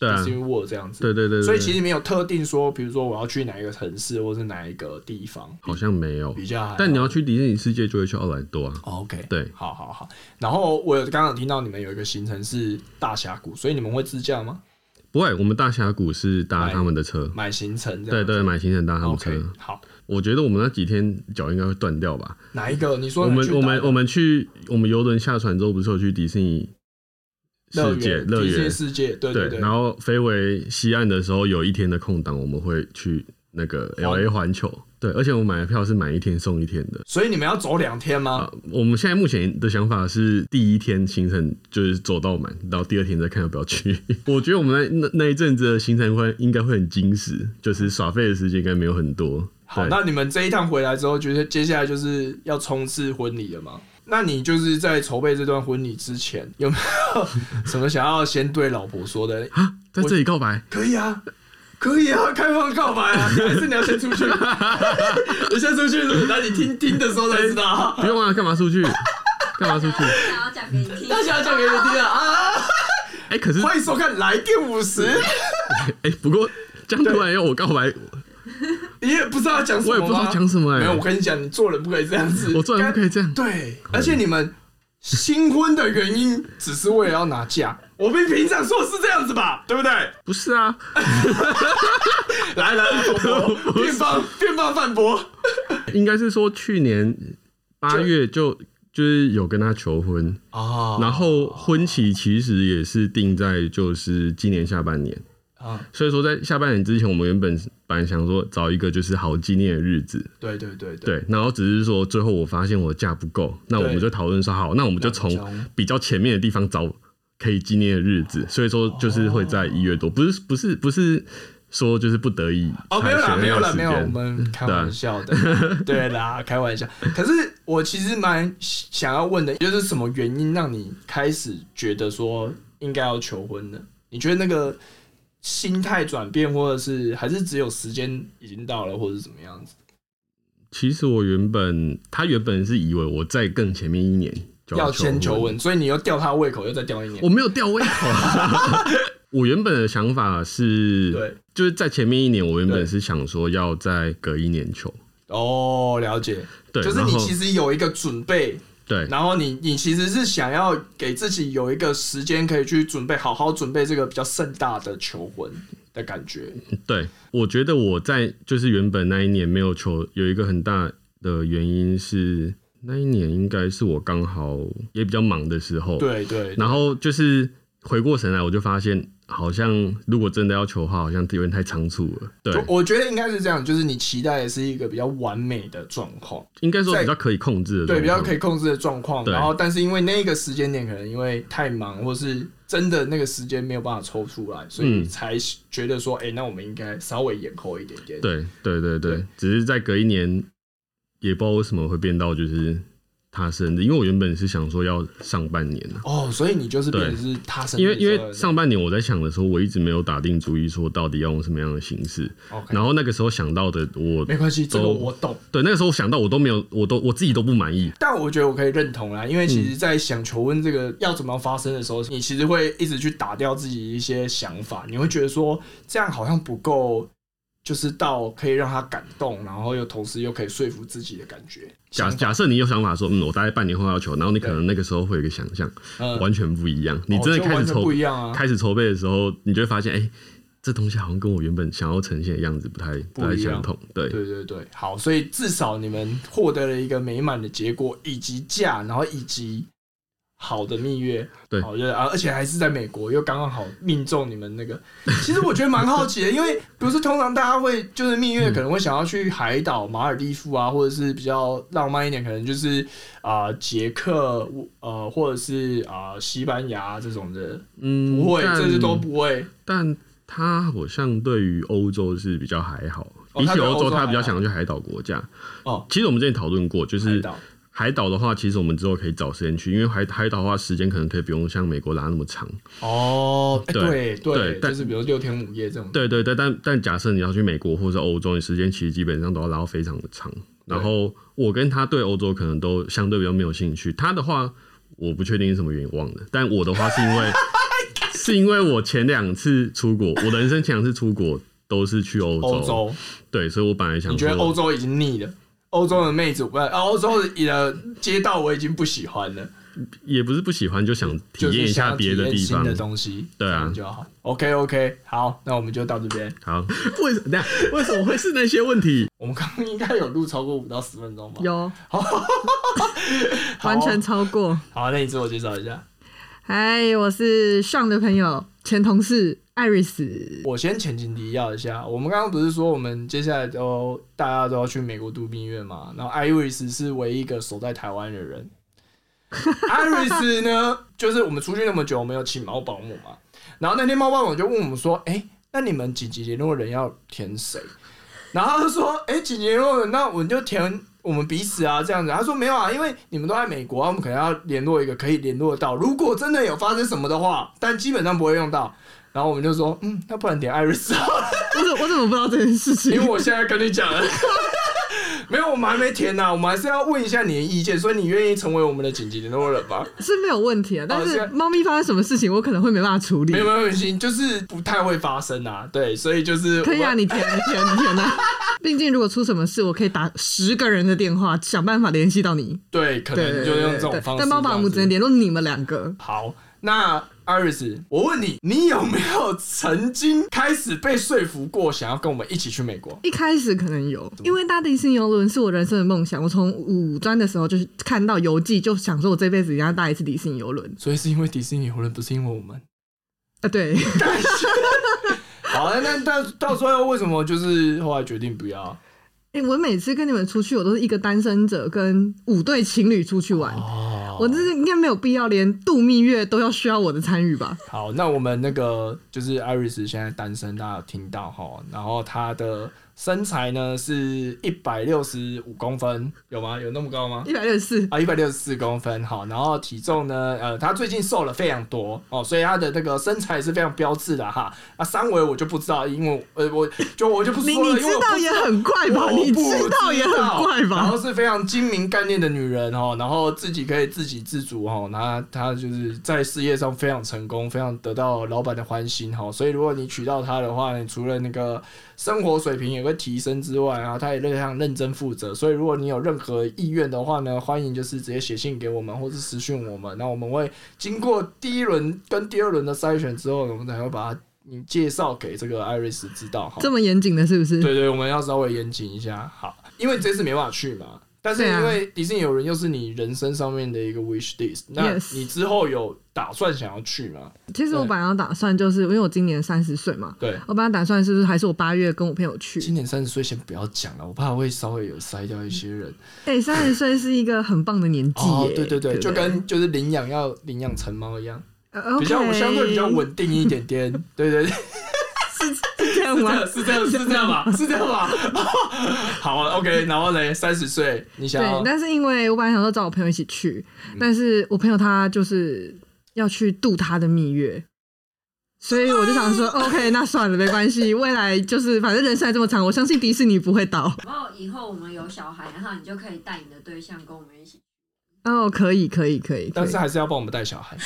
Speaker 4: 对啊
Speaker 1: 迪士，尼 World 这样子。
Speaker 4: 对对对对，
Speaker 1: 所以其
Speaker 4: 实
Speaker 1: 实没有特定说，比如说我要去哪一个城市，或是哪一个地方
Speaker 4: 好像没有，
Speaker 1: 比较还好。
Speaker 4: 但你要去迪士尼世界就会去奥兰多啊，
Speaker 1: 哦 OK，
Speaker 4: 对
Speaker 1: 好好好。然后我有刚刚有听到你们有一个行程是大峡谷，所以你们会自驾吗？
Speaker 4: 不会，我们大峡谷是搭他们的车。
Speaker 1: 买行程这
Speaker 4: 对
Speaker 1: 样子？
Speaker 4: 对，买行程搭他们车。
Speaker 1: OK，好。
Speaker 4: 我觉得我们那几天脚应该会断掉吧。
Speaker 1: 哪一个？你说
Speaker 4: 我
Speaker 1: 你
Speaker 4: 们
Speaker 1: 去
Speaker 4: 我
Speaker 1: 打
Speaker 4: 们
Speaker 1: 的
Speaker 4: 我们去我们游轮下船之后，不是有去迪士尼
Speaker 1: 乐
Speaker 4: 世界
Speaker 1: 园
Speaker 4: 乐
Speaker 1: 迪士尼
Speaker 4: 园？
Speaker 1: 世界，对对。
Speaker 4: 然后飞回西岸的时候，有一天的空档，我们会去那个 L
Speaker 1: 环
Speaker 4: A 环球。对，而且我买的票是买一天送一天的。
Speaker 1: 所以你们要走两天吗？
Speaker 4: 啊，我们现在目前的想法是，第一天行程就是走到满，然后第二天再看要不要去。 我觉得我们那那那一阵子的行程会应该会很精实，就是耍废的时间应该没有很多。
Speaker 1: 好，
Speaker 4: 对
Speaker 1: 那你们这一趟回来之后，觉得接下来就是要冲刺婚礼了吗？那你就是在筹备这段婚礼之前，有没有什么想要先对老婆说 的？
Speaker 4: 啊在这里告白，
Speaker 1: 可以啊，可以啊，开放告白 啊，还是你要先出去？你先出去是不是？那你听听的时候才知道啊。
Speaker 4: 不用啊，干嘛出去？干嘛出去？
Speaker 2: 想要讲给你听，
Speaker 1: 那想要讲给你听啊啊！
Speaker 4: 哎、可是
Speaker 1: 欢迎收看《来电五十》，
Speaker 4: 哎、不过这样突然要我告白，
Speaker 1: 你也不知道要讲什么吗，
Speaker 4: 我也不知道讲什么哎、
Speaker 1: 没有，我跟你讲，你做人不可以这样子，
Speaker 4: 我做人不可以这样。
Speaker 1: 对，而且你们新婚的原因只是为了要拿假，我们平常说是这样子吧，对不对？
Speaker 4: 不是啊，
Speaker 1: 来来来，反驳 辩方辩方反驳，
Speaker 4: 应该是说去年八月就就是有跟他求婚
Speaker 1: 哦
Speaker 4: 然后婚期其实也是定在就是今年下半年
Speaker 1: 啊，
Speaker 4: 所以说在下半年之前，我们原本本来想说找一个就是好纪念的日子，
Speaker 1: 对对对对，
Speaker 4: 对，然后只是说最后我发现我假不够，那我们就讨论说好，那我们就从
Speaker 1: 那我们从
Speaker 4: 比较前面的地方找可以纪念的日子，所以说就是会在一月多，不是不是不是说就是不得已
Speaker 1: 哦，没有啦，
Speaker 4: 才选
Speaker 1: 没有
Speaker 4: 那
Speaker 1: 啦，
Speaker 4: 个
Speaker 1: 没有，
Speaker 4: 时
Speaker 1: 我
Speaker 4: 间啊
Speaker 1: 们开玩笑的， 对啦，开玩笑。可是我其实蛮想要问的，就是什么原因让你开始觉得说应该要求婚呢？你觉得那个心态转变，或者是还是只有时间已经到了，或者是怎么样子？
Speaker 4: 其实我原本他原本是以为我在更前面一年就
Speaker 1: 要
Speaker 4: 求婚
Speaker 1: 先求婚，所以你又吊他胃口，又再吊一年
Speaker 4: 我。没有吊胃口啊。 我原本的想法是，
Speaker 1: 对，
Speaker 4: 就是在前面一年，我原
Speaker 1: 对
Speaker 4: 本是想说要再隔一年求，
Speaker 1: 哦，了解，
Speaker 4: 对，
Speaker 1: 就是
Speaker 4: 然
Speaker 1: 你
Speaker 4: 后
Speaker 1: 其实有一个准备，
Speaker 4: 对
Speaker 1: 然后你你其实是想要给自己有一个时间可以去准备，好好准备这个比较盛大的求婚的感觉。
Speaker 4: 对，我觉得我在就是原本那一年没有求，有一个很大的原因是那一年应该是我刚好也比较忙的时候，，
Speaker 1: 对对，
Speaker 4: 然后就是回过神来，我就发现好像如果真的要求的话，好像有点太仓促了，对，
Speaker 1: 就我觉得应该是这样，就是你期待的是一个比较完美的状况，
Speaker 4: 应该说
Speaker 1: 在
Speaker 4: 比较可以控制的
Speaker 1: 对，
Speaker 4: 状况，
Speaker 1: 比较可以控制的状况。
Speaker 4: 对
Speaker 1: 然后，但是因为那个时间点可能因为太忙，或是真的那个时间没有办法抽出来，所以
Speaker 4: 嗯
Speaker 1: 才觉得说，哎、那我们应该稍微延后一点点。
Speaker 4: 对对对对，
Speaker 1: 对
Speaker 4: 只是再隔一年也不知道为什么会变到就是他生日，因为我原本是想说要上半年啊，
Speaker 1: 哦，所以你就是变
Speaker 4: 对
Speaker 1: 成是他生日
Speaker 4: 因为
Speaker 1: 的时
Speaker 4: 因
Speaker 1: 候
Speaker 4: 为上半年我在想的时候，我一直没有打定主意说到底要用什么样的形式。
Speaker 1: OK
Speaker 4: 然后那个时候想到的我，
Speaker 1: 没关系，这个
Speaker 4: 都
Speaker 1: 我懂。
Speaker 4: 对那个时候我想到我都没有，我都我自己都不满意。
Speaker 1: 但我觉得我可以认同啦，因为
Speaker 4: 嗯
Speaker 1: 其实，在想求婚这个要怎么发生的时候，你其实会一直去打掉自己一些想法，你会觉得说这样好像不够，就是到可以让他感动，然后又同时又可以说服自己的感觉。
Speaker 4: 假
Speaker 1: 想法
Speaker 4: 假设你有想法说，嗯，我大概半年后要求，然后你可能那个时候会有一个想象，
Speaker 1: 嗯
Speaker 4: 完全不一样。你真的
Speaker 1: 哦就
Speaker 4: 开
Speaker 1: 完
Speaker 4: 始
Speaker 1: 全
Speaker 4: 筹
Speaker 1: 不一样啊
Speaker 4: 开始筹备的时候，你就会发现，哎、这东西好像跟我原本想要呈现的样子不太
Speaker 1: 不
Speaker 4: 不
Speaker 1: 一样
Speaker 4: 太相同。对，
Speaker 1: 对对对，好，所以至少你们获得了一个美满的结果，以及嫁，然后以及好的蜜月，
Speaker 4: 对
Speaker 1: 好热啊，而且还是在美国，又刚刚好命中你们那个。 其实我觉得蛮好奇的，因为不是通常大家会就是蜜月可能会想要去海岛、马尔地夫啊，或者是比较浪漫一点，可能就是啊、捷克呃，或者是啊、西班牙这种的，
Speaker 4: 嗯，
Speaker 1: 不会，
Speaker 4: 但
Speaker 1: 这些都不会。
Speaker 4: 但他好像对于欧洲是比较还好，
Speaker 1: 哦
Speaker 4: 比
Speaker 1: 他
Speaker 4: 起
Speaker 1: 对
Speaker 4: 欧
Speaker 1: 欧洲
Speaker 4: 洲，
Speaker 1: 还
Speaker 4: 他比较
Speaker 1: 好
Speaker 4: 想要去海岛国家。
Speaker 1: 哦，
Speaker 4: 其实我们之前讨论过，就
Speaker 1: 海
Speaker 4: 是
Speaker 1: 岛
Speaker 4: 海岛的话，其实我们之后可以找时间去，因为海海岛的话，时间可能可以不用像美国拉那么长。
Speaker 1: 哦，哎对
Speaker 4: 对
Speaker 1: 对，
Speaker 4: 对但
Speaker 1: 就是比如六天五夜这种。
Speaker 4: 对对对，但但假设你要去美国或者欧洲，你时间其实基本上都要拉到非常的长。然后我跟他对欧洲可能都相对比较没有兴趣，他的话我不确定是什么原因忘了，但我的话是 因为是因为我前两次出国，我的人生前两次出国都是去欧洲，
Speaker 1: 欧洲，
Speaker 4: 对，所以我本来想
Speaker 1: 你觉得
Speaker 4: 说
Speaker 1: 欧洲已经腻了？欧洲的妹子不，啊欧洲的街道我已经不喜欢了，
Speaker 4: 也不是不喜欢，就想体
Speaker 1: 就是
Speaker 4: 验一
Speaker 1: 想
Speaker 4: 下
Speaker 1: 要
Speaker 4: 别
Speaker 1: 体
Speaker 4: 的
Speaker 1: 验
Speaker 4: 地
Speaker 1: 新
Speaker 4: 方
Speaker 1: 的。东西，
Speaker 4: 对啊
Speaker 1: 这样就好。OK OK，好，那我们就到这边。
Speaker 4: 好，为什么？等一下为什么会是那些问题？
Speaker 1: 我们刚刚应该有录超过五到十分钟吧？
Speaker 2: 有
Speaker 1: 好
Speaker 2: 完全超过。
Speaker 1: 好，那你自我介绍一下。
Speaker 2: 嗨，我是上的朋友，前同事艾瑞斯。
Speaker 1: 我先前情提要一下，我们刚刚不是说我们接下来都大家都要去美国度蜜月嘛？然后艾瑞斯是唯一一个守在台湾的人。艾瑞斯呢，就是我们出去那么久，我们有请猫保姆嘛。然后那天猫保姆就问我们说：“哎、那你们紧急联络人要填谁？”然后他就说：“哎、紧急联络人，那我们就填我们彼此啊，这样子。”他说：“没有啊，因为你们都在美国啊，我们可能要联络一个可以联络到，如果真的有发生什么的话，但基本上不会用到。”然后我们就说：“嗯，那不然点艾瑞斯好了，
Speaker 2: 我怎我怎么不知道这件事情
Speaker 1: 因？为我现在跟你讲 了。”没有，我们还没填呢、我们还是要问一下你的意见，所以你愿意成为我们的紧急联络人吗？
Speaker 2: 是没有问题啊，但
Speaker 1: 是
Speaker 2: 是猫咪发生什么事情，我可能会没办法处理
Speaker 1: 没。有没有关系，就是不太会发生啊。对，所以就是
Speaker 2: 可以啊，
Speaker 1: 我
Speaker 2: 你填你填你填啊！毕竟如果出什么事，我可以打十个人的电话，想办法联系到你。
Speaker 1: 对，可
Speaker 2: 对，
Speaker 1: 能就用这种
Speaker 2: 对
Speaker 1: 方式。
Speaker 2: 但猫保姆只能联络你们两个。
Speaker 1: 好，那 Iris，我问你，你有没有曾经开始被说服过，想要跟我们一起去美国？
Speaker 2: 一开始可能有，因为搭迪士尼游轮是我人生的梦想。我从五专的时候就是看到游记，就想说我这辈子一定要搭一次迪士尼游轮。
Speaker 1: 所以是因为迪士尼游轮，不是因为我们。
Speaker 2: 啊，
Speaker 8: 呃
Speaker 2: 对，
Speaker 1: 好了，那到到时候为什么就是后来决定不要？
Speaker 2: 哎、我每次跟你们出去，我都是一个单身者跟五对情侣出去玩。
Speaker 1: 哦
Speaker 2: 我这是应该没有必要，连度蜜月都要需要我的参与吧？
Speaker 1: 好，那我们那个就是 Iris 现在单身，大家有听到哈？然后她的身材呢是一百六十五公分，有吗？有那么高吗？
Speaker 2: 一百六十四，
Speaker 1: 啊，一百六十四公分，好，然后体重呢，呃，她最近瘦了非常多哦，所以她的那个身材是非常标致的哈。啊，三围我就不知道，因为我呃，我就我就不
Speaker 2: 你
Speaker 1: 说了，
Speaker 2: 你
Speaker 1: 因为
Speaker 2: 知
Speaker 1: 我
Speaker 2: 道
Speaker 1: 不
Speaker 2: 也很怪吧？
Speaker 1: 我
Speaker 2: 你
Speaker 1: 不
Speaker 2: 知道也很怪
Speaker 1: 然
Speaker 2: 吧
Speaker 1: 后？是非常精明干练的女人哦，然后自己可以自给自足哦，那她就是在事业上非常成功，非常得到老板的欢心哈、哦。所以如果你娶到她的话，你除了那个生活水平有个提升之外啊，她也非常认真负责。所以如果你有任何意愿的话呢，欢迎就是直接写信给我们，或是私讯我们，那我们会经过第一轮跟第二轮的筛选之后，我们才会把她你介绍给这个艾瑞斯知道哈。
Speaker 2: 这么严谨的，是不是？
Speaker 1: 对对，我们要稍微严谨一下。好，因为这次没办法去嘛，但是
Speaker 2: 对啊
Speaker 1: 因为迪士尼有人又是你人生上面的一个 wish list，那
Speaker 2: Yes
Speaker 1: 你之后有打算想要去吗？
Speaker 2: 其实我本来要打算，就是因为我今年三十岁嘛，
Speaker 1: 对，
Speaker 2: 我本来打算是不是还是我八月跟我朋友去？
Speaker 1: 今年三十岁先不要讲了，我怕会稍微有筛掉一些人。
Speaker 2: 哎、3三十岁是一个很棒的年纪耶、
Speaker 1: 哦，对对对，
Speaker 2: 不
Speaker 1: 就跟就是领养要领养成猫一样，
Speaker 2: 呃
Speaker 1: 比较
Speaker 2: OK
Speaker 1: 相对比较稳定一点点。对对对，
Speaker 2: 这样
Speaker 1: 样吗？是这样，是这样 吧？ 是这样吧？好啊，OK。然后嘞，三十岁，你想要
Speaker 8: 对，但是因为我本来想说找我朋友一起去，
Speaker 1: 嗯
Speaker 8: 但是我朋友他就是要去度他的蜜月，所以我就想说、o k 那算了，没关 系，未来就是反正人生还这么长，我相信迪士尼不会倒。
Speaker 9: 然后以后我们有小孩，然后你就可以带你的对象跟我们一起。
Speaker 8: 哦，可以，可以，可以，可
Speaker 1: 但
Speaker 8: 以
Speaker 1: 是，还是要帮我们带小孩。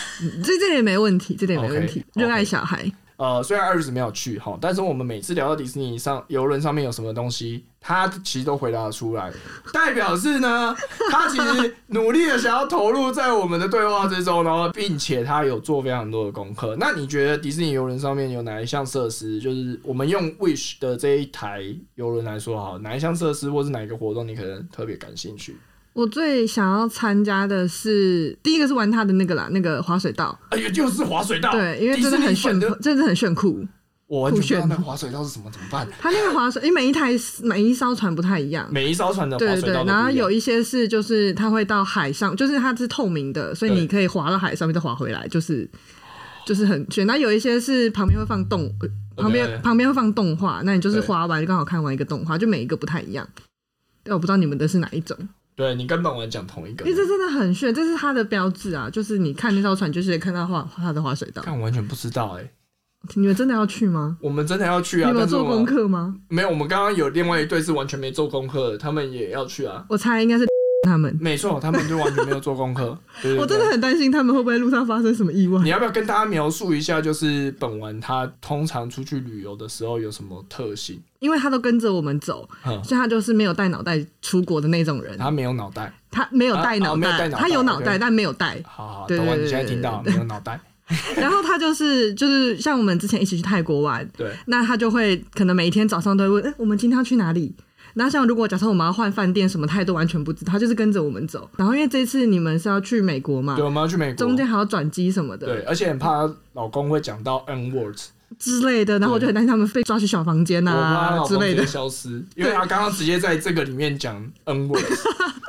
Speaker 8: 这这点没问题，这点没问题，
Speaker 1: OK，OK
Speaker 8: 热爱小孩。
Speaker 1: 呃，虽然二子没有去哈，但是我们每次聊到迪士尼上游轮上面有什么东西，他其实都回答得出来，代表是呢，他其实努力的想要投入在我们的对话之中，然后并且他有做非常多的功课。那你觉得迪士尼游轮上面有哪一项设施，就是我们用 Wish 的这一台游轮来说好，哪一项设施或是哪一个活动你可能特别感兴趣？
Speaker 8: 我最想要参加的是第一个是玩他的那个啦，那个滑水道，
Speaker 1: 哎呦，就是滑水道，
Speaker 8: 对，因为真的
Speaker 1: 迪
Speaker 8: 很
Speaker 1: 士尼
Speaker 8: 炫
Speaker 1: 粉的，，
Speaker 8: 真的很炫酷。
Speaker 1: 我完全不知道
Speaker 8: 酷炫
Speaker 1: 那滑水道是什么，怎 么办？啊
Speaker 8: 他那个滑水，因为每一台每一艘船不太一样，
Speaker 1: 每一艘船的
Speaker 8: 对
Speaker 1: 滑
Speaker 8: 对
Speaker 1: 水
Speaker 8: 对
Speaker 1: 道，都
Speaker 8: 然
Speaker 1: 不
Speaker 8: 后
Speaker 1: 一样
Speaker 8: 有一些是就是它会到海上，就是它是透明的，所以
Speaker 1: 对
Speaker 8: 你可以滑到海上面再滑回来，就是就是很炫。那有一些是旁边会放动，呃旁
Speaker 1: 对
Speaker 8: 边旁边会放动画，那你就是
Speaker 1: 对
Speaker 8: 滑完就刚好看完一个动画，就每一个不太一样。对，我不知道你们的是哪一种，
Speaker 1: 对你根本我讲同一个
Speaker 8: 因，为这真的很炫，这是它的标志啊！就是你看那艘船，就是看到滑它的滑水道。
Speaker 1: 看我完全不知道哎、
Speaker 8: 你们真的要去吗？
Speaker 1: 我们真的要去
Speaker 8: 你
Speaker 1: 啊！
Speaker 8: 们有
Speaker 1: 但是
Speaker 8: 做
Speaker 1: 我
Speaker 8: 功
Speaker 1: 们
Speaker 8: 课吗？
Speaker 1: 没有，我们刚刚有另外一对是完全没做功课的，他们也要去啊。
Speaker 8: 我猜应该是他们。
Speaker 1: 没错，他们就完全没有做功 课。对对对
Speaker 8: 我真的很担心他们会不会路上发生什么意外
Speaker 1: 你。要不要跟大家描述一下，就是本丸他通常出去旅游的时候有什么特性？
Speaker 8: 因为他都跟着我们走，
Speaker 1: 嗯
Speaker 8: 所以他就是没有带脑袋出国的那种人。
Speaker 1: 他没有脑袋。
Speaker 8: 他没有带
Speaker 1: 啊啊啊
Speaker 8: 脑
Speaker 1: 没有带
Speaker 8: 袋，
Speaker 1: 脑袋
Speaker 8: 他有脑
Speaker 1: OK。
Speaker 8: 袋但没有带
Speaker 1: 好好，
Speaker 8: 对
Speaker 1: 等
Speaker 8: 对
Speaker 1: 完你
Speaker 8: 对
Speaker 1: 现在听到没有脑袋？
Speaker 8: 然后他就是就是像我们之前一起去泰国玩，
Speaker 1: 对，
Speaker 8: 那他就会可能每一天早上都会问，哎、我们今天要去哪里？那像如果假设我们要换饭店什么，他也都完全不知道，他就是跟着我们走。然后因为这次你们是要去美国嘛
Speaker 1: 对，，我们要去美国。
Speaker 8: 中间还要转机什么
Speaker 1: 对，
Speaker 8: 的
Speaker 1: 而且很怕她老公会讲到 N word，
Speaker 8: 之类的，然后我就很担心他们被抓去小房间
Speaker 1: 我怕她
Speaker 8: 呐、
Speaker 1: 老
Speaker 8: 啊、之
Speaker 1: 公
Speaker 8: 类
Speaker 1: 直接
Speaker 8: 的。
Speaker 1: 消失，因为他刚刚直接在这个里面讲 N word，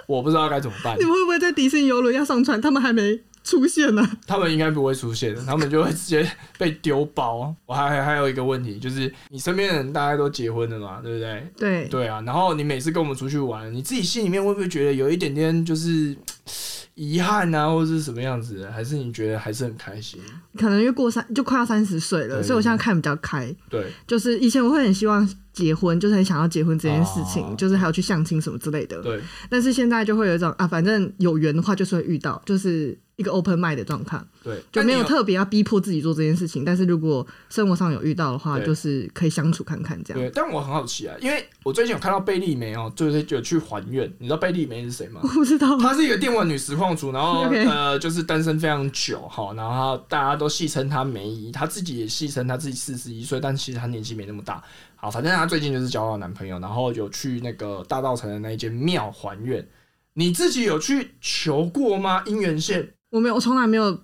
Speaker 1: 我 不知道该怎么办
Speaker 8: 你。们会不会在迪士尼游轮要上船，他们还没出现呢、
Speaker 1: 他们应该不会出现的，他们就会直接被丢包。我还还有一个问题，就是你身边的人大家都结婚了嘛，对不对？
Speaker 8: 对，
Speaker 1: 对啊，然后你每次跟我们出去玩，你自己心里面会不会觉得有一点点就是嘖遗憾啊，或者是什么样子的？还是你觉得还是很开心？
Speaker 8: 可能因为过三就快要三十岁
Speaker 1: 对
Speaker 8: 了，所以我现在看比较开。
Speaker 1: 对，
Speaker 8: 就是以前我会很希望结婚，就是很想要结婚这件事情，
Speaker 1: 哦
Speaker 8: 就是还有去相亲什么之类的。
Speaker 1: 对，
Speaker 8: 但是现在就会有一种啊，反正有缘的话就是会遇到，就是一个 open mind 的状况，
Speaker 1: 对，
Speaker 8: 就没有
Speaker 1: 那你
Speaker 8: 特别要逼迫自己做这件事情。但是如果生活上有遇到的话，
Speaker 1: 对
Speaker 8: 就是可以相处看看这
Speaker 1: 对，
Speaker 8: 样。
Speaker 1: 但我很好奇啊，因为我最近有看到贝利梅哦，就是有去还愿，你知道贝利梅是谁吗
Speaker 8: 我？不知道啊，
Speaker 1: 她是一个电玩女实况主，然后
Speaker 8: OK
Speaker 1: 呃就是单身非常久哈，然后她大家都戏称她梅姨，她自己也戏称她自己四十一岁，但其实她年纪没那么大。好，反正她最近就是交到男朋友，然后有去那个大道城的那一间庙还愿。你自己有去求过吗？姻缘线
Speaker 8: 我没有，我从来没有。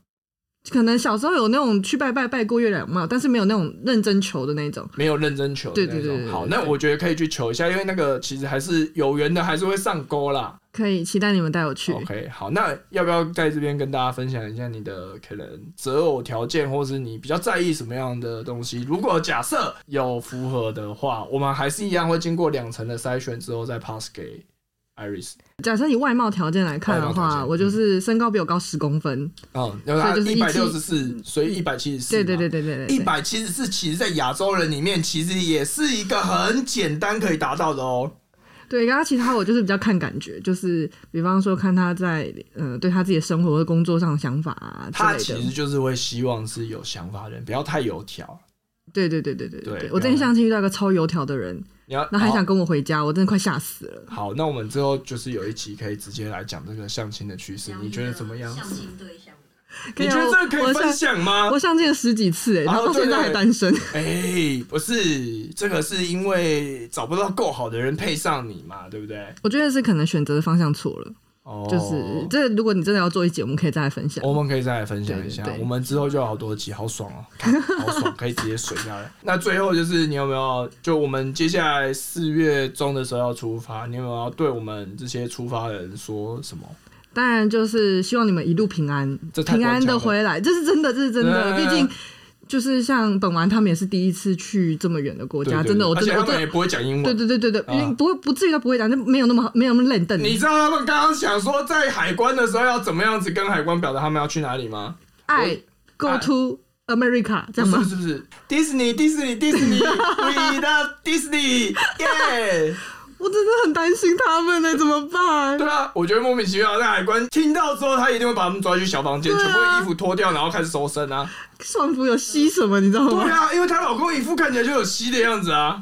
Speaker 8: 可能小时候有那种去拜拜拜过月亮庙，但是没有那种认真求的那种。
Speaker 1: 没有认真求的那种。
Speaker 8: 对对对对对
Speaker 1: 好，那我觉得可以去求一下，因为那个其实还是有缘的，还是会上钩啦。
Speaker 8: 可以期待你们带我去。
Speaker 1: OK，好，那要不要在这边跟大家分享一下你的可能择偶条件，或是你比较在意什么样的东西？如果假设有符合的话，我们还是一样会经过两层的筛选之后再 pass 给 Iris。
Speaker 8: 假设以外貌条件来看的
Speaker 1: 外貌条
Speaker 8: 话，
Speaker 1: 件
Speaker 8: 我就是身高比我高十公分。
Speaker 1: 嗯，然
Speaker 8: 所
Speaker 1: 后
Speaker 8: 以就是
Speaker 1: 一百六
Speaker 8: 170
Speaker 1: 十四，所以一百七十四。
Speaker 8: 对对对。对对对对，
Speaker 1: 一百七十四，其实，在亚洲人里面，其实也是一个很简单可以达到的哦。
Speaker 8: 对，然后其他我就是比较看感觉，就是比方说看他在呃对他自己的生活和工作上的想法啊
Speaker 1: 他
Speaker 8: 之
Speaker 1: 其
Speaker 8: 类
Speaker 1: 实
Speaker 8: 的。
Speaker 1: 就是会希望是有想法的人，不要太油条。
Speaker 8: 对对对对对
Speaker 1: 对
Speaker 8: 对
Speaker 1: 对，
Speaker 8: 我之前相亲遇到一个超油条的人，
Speaker 1: 你要，
Speaker 8: 然后还
Speaker 1: 好
Speaker 8: 想跟我回家，我真的快吓死了。
Speaker 1: 好，那我们之后就是有一期可以直接来讲这个相亲的趋势，你觉得怎么样？
Speaker 9: 相亲对象，
Speaker 1: 你
Speaker 8: 对
Speaker 1: 觉
Speaker 8: 啊
Speaker 1: 得这个可以
Speaker 8: 我我
Speaker 1: 分
Speaker 8: 相
Speaker 1: 享吗？
Speaker 8: 我相亲了十几次哎，
Speaker 1: 哦
Speaker 8: 然后到现在还单身。
Speaker 1: 哎、不是，这个是因为找不到够好的人配上你嘛，对不对？
Speaker 8: 我觉得是可能选择的方向错了，
Speaker 1: 哦，
Speaker 8: 就是这如果你真的要做一集，我们可以再来分享。
Speaker 1: 我们可以再来分享一下，
Speaker 8: 对对对
Speaker 1: 我们之后就有好多集，好爽哦、看好爽，可以直接水下来。那最后就是你有没有，就我们接下来四月中的时候要出发，你有没有要对我们这些出发的人说什么？
Speaker 8: 当然就是希望你们一路平安
Speaker 1: 这，太
Speaker 8: 平
Speaker 1: 官
Speaker 8: 安
Speaker 1: 腔了
Speaker 8: 的回来，这是真的，这是真的。
Speaker 1: 对
Speaker 8: 毕竟就是像本丸他们也是第一次去这么远的国
Speaker 1: 对
Speaker 8: 家，
Speaker 1: 对
Speaker 8: 真的，
Speaker 1: 对
Speaker 8: 我
Speaker 1: 而
Speaker 8: 真
Speaker 1: 且
Speaker 8: 的，我
Speaker 1: 他们
Speaker 8: 真
Speaker 1: 也
Speaker 8: 的。
Speaker 1: 不会讲英文。
Speaker 8: 对对对对对，
Speaker 1: 啊
Speaker 8: 因为不会不至于到不会讲，就没有那么没有那么冷淡。
Speaker 1: 你知道他们刚刚想说在海关的时候要怎么样子跟海关表达他们要去哪里吗？
Speaker 8: 爱 go to America 这样吗
Speaker 1: 不？是不是不是，Disney Disney Disney，We love Disney，耶！
Speaker 8: 我真的很担心他们呢、怎么 办？
Speaker 1: 对啊，我觉得莫名其妙，在海关听到之后，他一定会把他们抓去小房间，
Speaker 8: 啊
Speaker 1: 全部的衣服脱掉，然后开始搜身啊。
Speaker 8: 上服有吸什么，你知道
Speaker 1: 对
Speaker 8: 吗？
Speaker 1: 啊，因为她老公一副看起来就有吸的样子啊，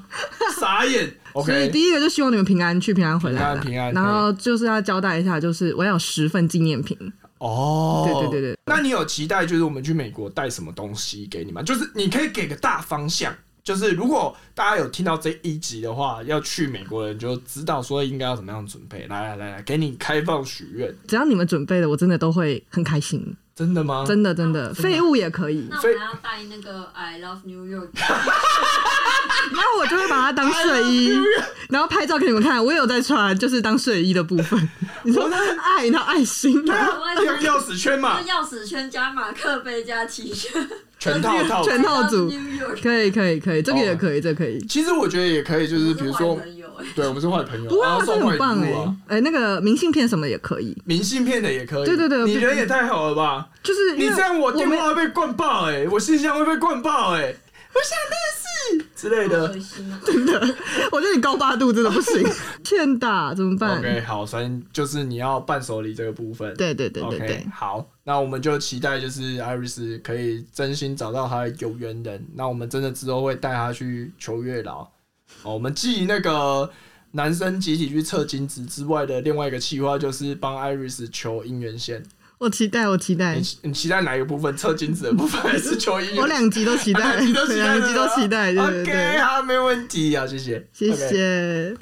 Speaker 1: 傻眼。
Speaker 8: 所以
Speaker 1: OK，啊
Speaker 8: 第一个就希望你们平安去，平安回来啦，
Speaker 1: 平安平安
Speaker 8: 然后就是要交代一下，就是我要有十份纪念品。
Speaker 1: 哦，
Speaker 8: 对对对对。
Speaker 1: 那你有期待就是我们去美国带什么东西给你吗？就是你可以给个大方向。就是如果大家有听到这一集的话，要去美国的人就知道说应该要怎么样准备。来来来来，给你开放许愿，
Speaker 8: 只要你们准备了，我真的都会很开心，
Speaker 1: 真的吗？
Speaker 8: 真的真
Speaker 1: 嗯
Speaker 8: 的，废物也可以。
Speaker 9: 那我
Speaker 1: 所以
Speaker 9: 们要带那个 I love New York，
Speaker 8: 然后我就会把它当睡
Speaker 1: 哎
Speaker 8: 衣，然后拍照给你们看。我有在穿，就是当睡衣的部 分。你
Speaker 1: 哦
Speaker 8: 说爱，然后爱心，啊然后
Speaker 9: 我
Speaker 1: 要啊钥匙圈嘛，
Speaker 9: 钥匙圈加马克杯加 T 恤，
Speaker 1: 全套套。
Speaker 8: 全套组
Speaker 9: I love New York，
Speaker 8: 可以可以可以，这个也可以，这个可以。
Speaker 1: 其实我觉得也可以，就是比如
Speaker 9: 我
Speaker 1: 说
Speaker 9: 是，坏朋友欸
Speaker 1: 对我们是坏朋友，
Speaker 8: 不
Speaker 1: 然
Speaker 8: 哇，
Speaker 1: 后
Speaker 8: 这
Speaker 1: 送
Speaker 8: 个
Speaker 1: 坏
Speaker 8: 很棒
Speaker 1: 礼
Speaker 8: 哎
Speaker 1: 物啊，
Speaker 8: 哎，那个明信片什么也可以，
Speaker 1: 明信片的也可以。
Speaker 8: 对对对
Speaker 1: 你
Speaker 8: 不
Speaker 1: 人也太好了吧！
Speaker 8: 就是
Speaker 1: 你
Speaker 8: 因为
Speaker 1: 这样我电
Speaker 8: 没
Speaker 1: 话会被灌爆哎、我信箱会被灌爆哎、我想认识之类
Speaker 9: 好
Speaker 1: 的
Speaker 9: 恶。心啊！
Speaker 8: 我觉得你高八度真的不 行，欠打怎么办？
Speaker 1: OK，好，所以就是你要伴手礼这个部分。
Speaker 8: 对对对对
Speaker 1: OK，
Speaker 8: 对，
Speaker 1: 好，那我们就期待就是艾瑞斯可以真心找到他的有缘人。那我们真的之后会带他去求月老。哦，我们继那个男生集体去测精子之外的另外一个计划，就是帮艾瑞斯求姻缘线。
Speaker 8: 我期待我期待
Speaker 1: 你，你期待哪一个部分？测精子的部分还是求姻缘？
Speaker 8: 哎
Speaker 1: 啊
Speaker 8: 我两集都期待，
Speaker 1: 两集都期待，
Speaker 8: 两集都期待，对对
Speaker 1: OK，
Speaker 8: 对，
Speaker 1: 好，没问题啊，谢谢，
Speaker 8: 谢
Speaker 1: OK。
Speaker 8: 谢。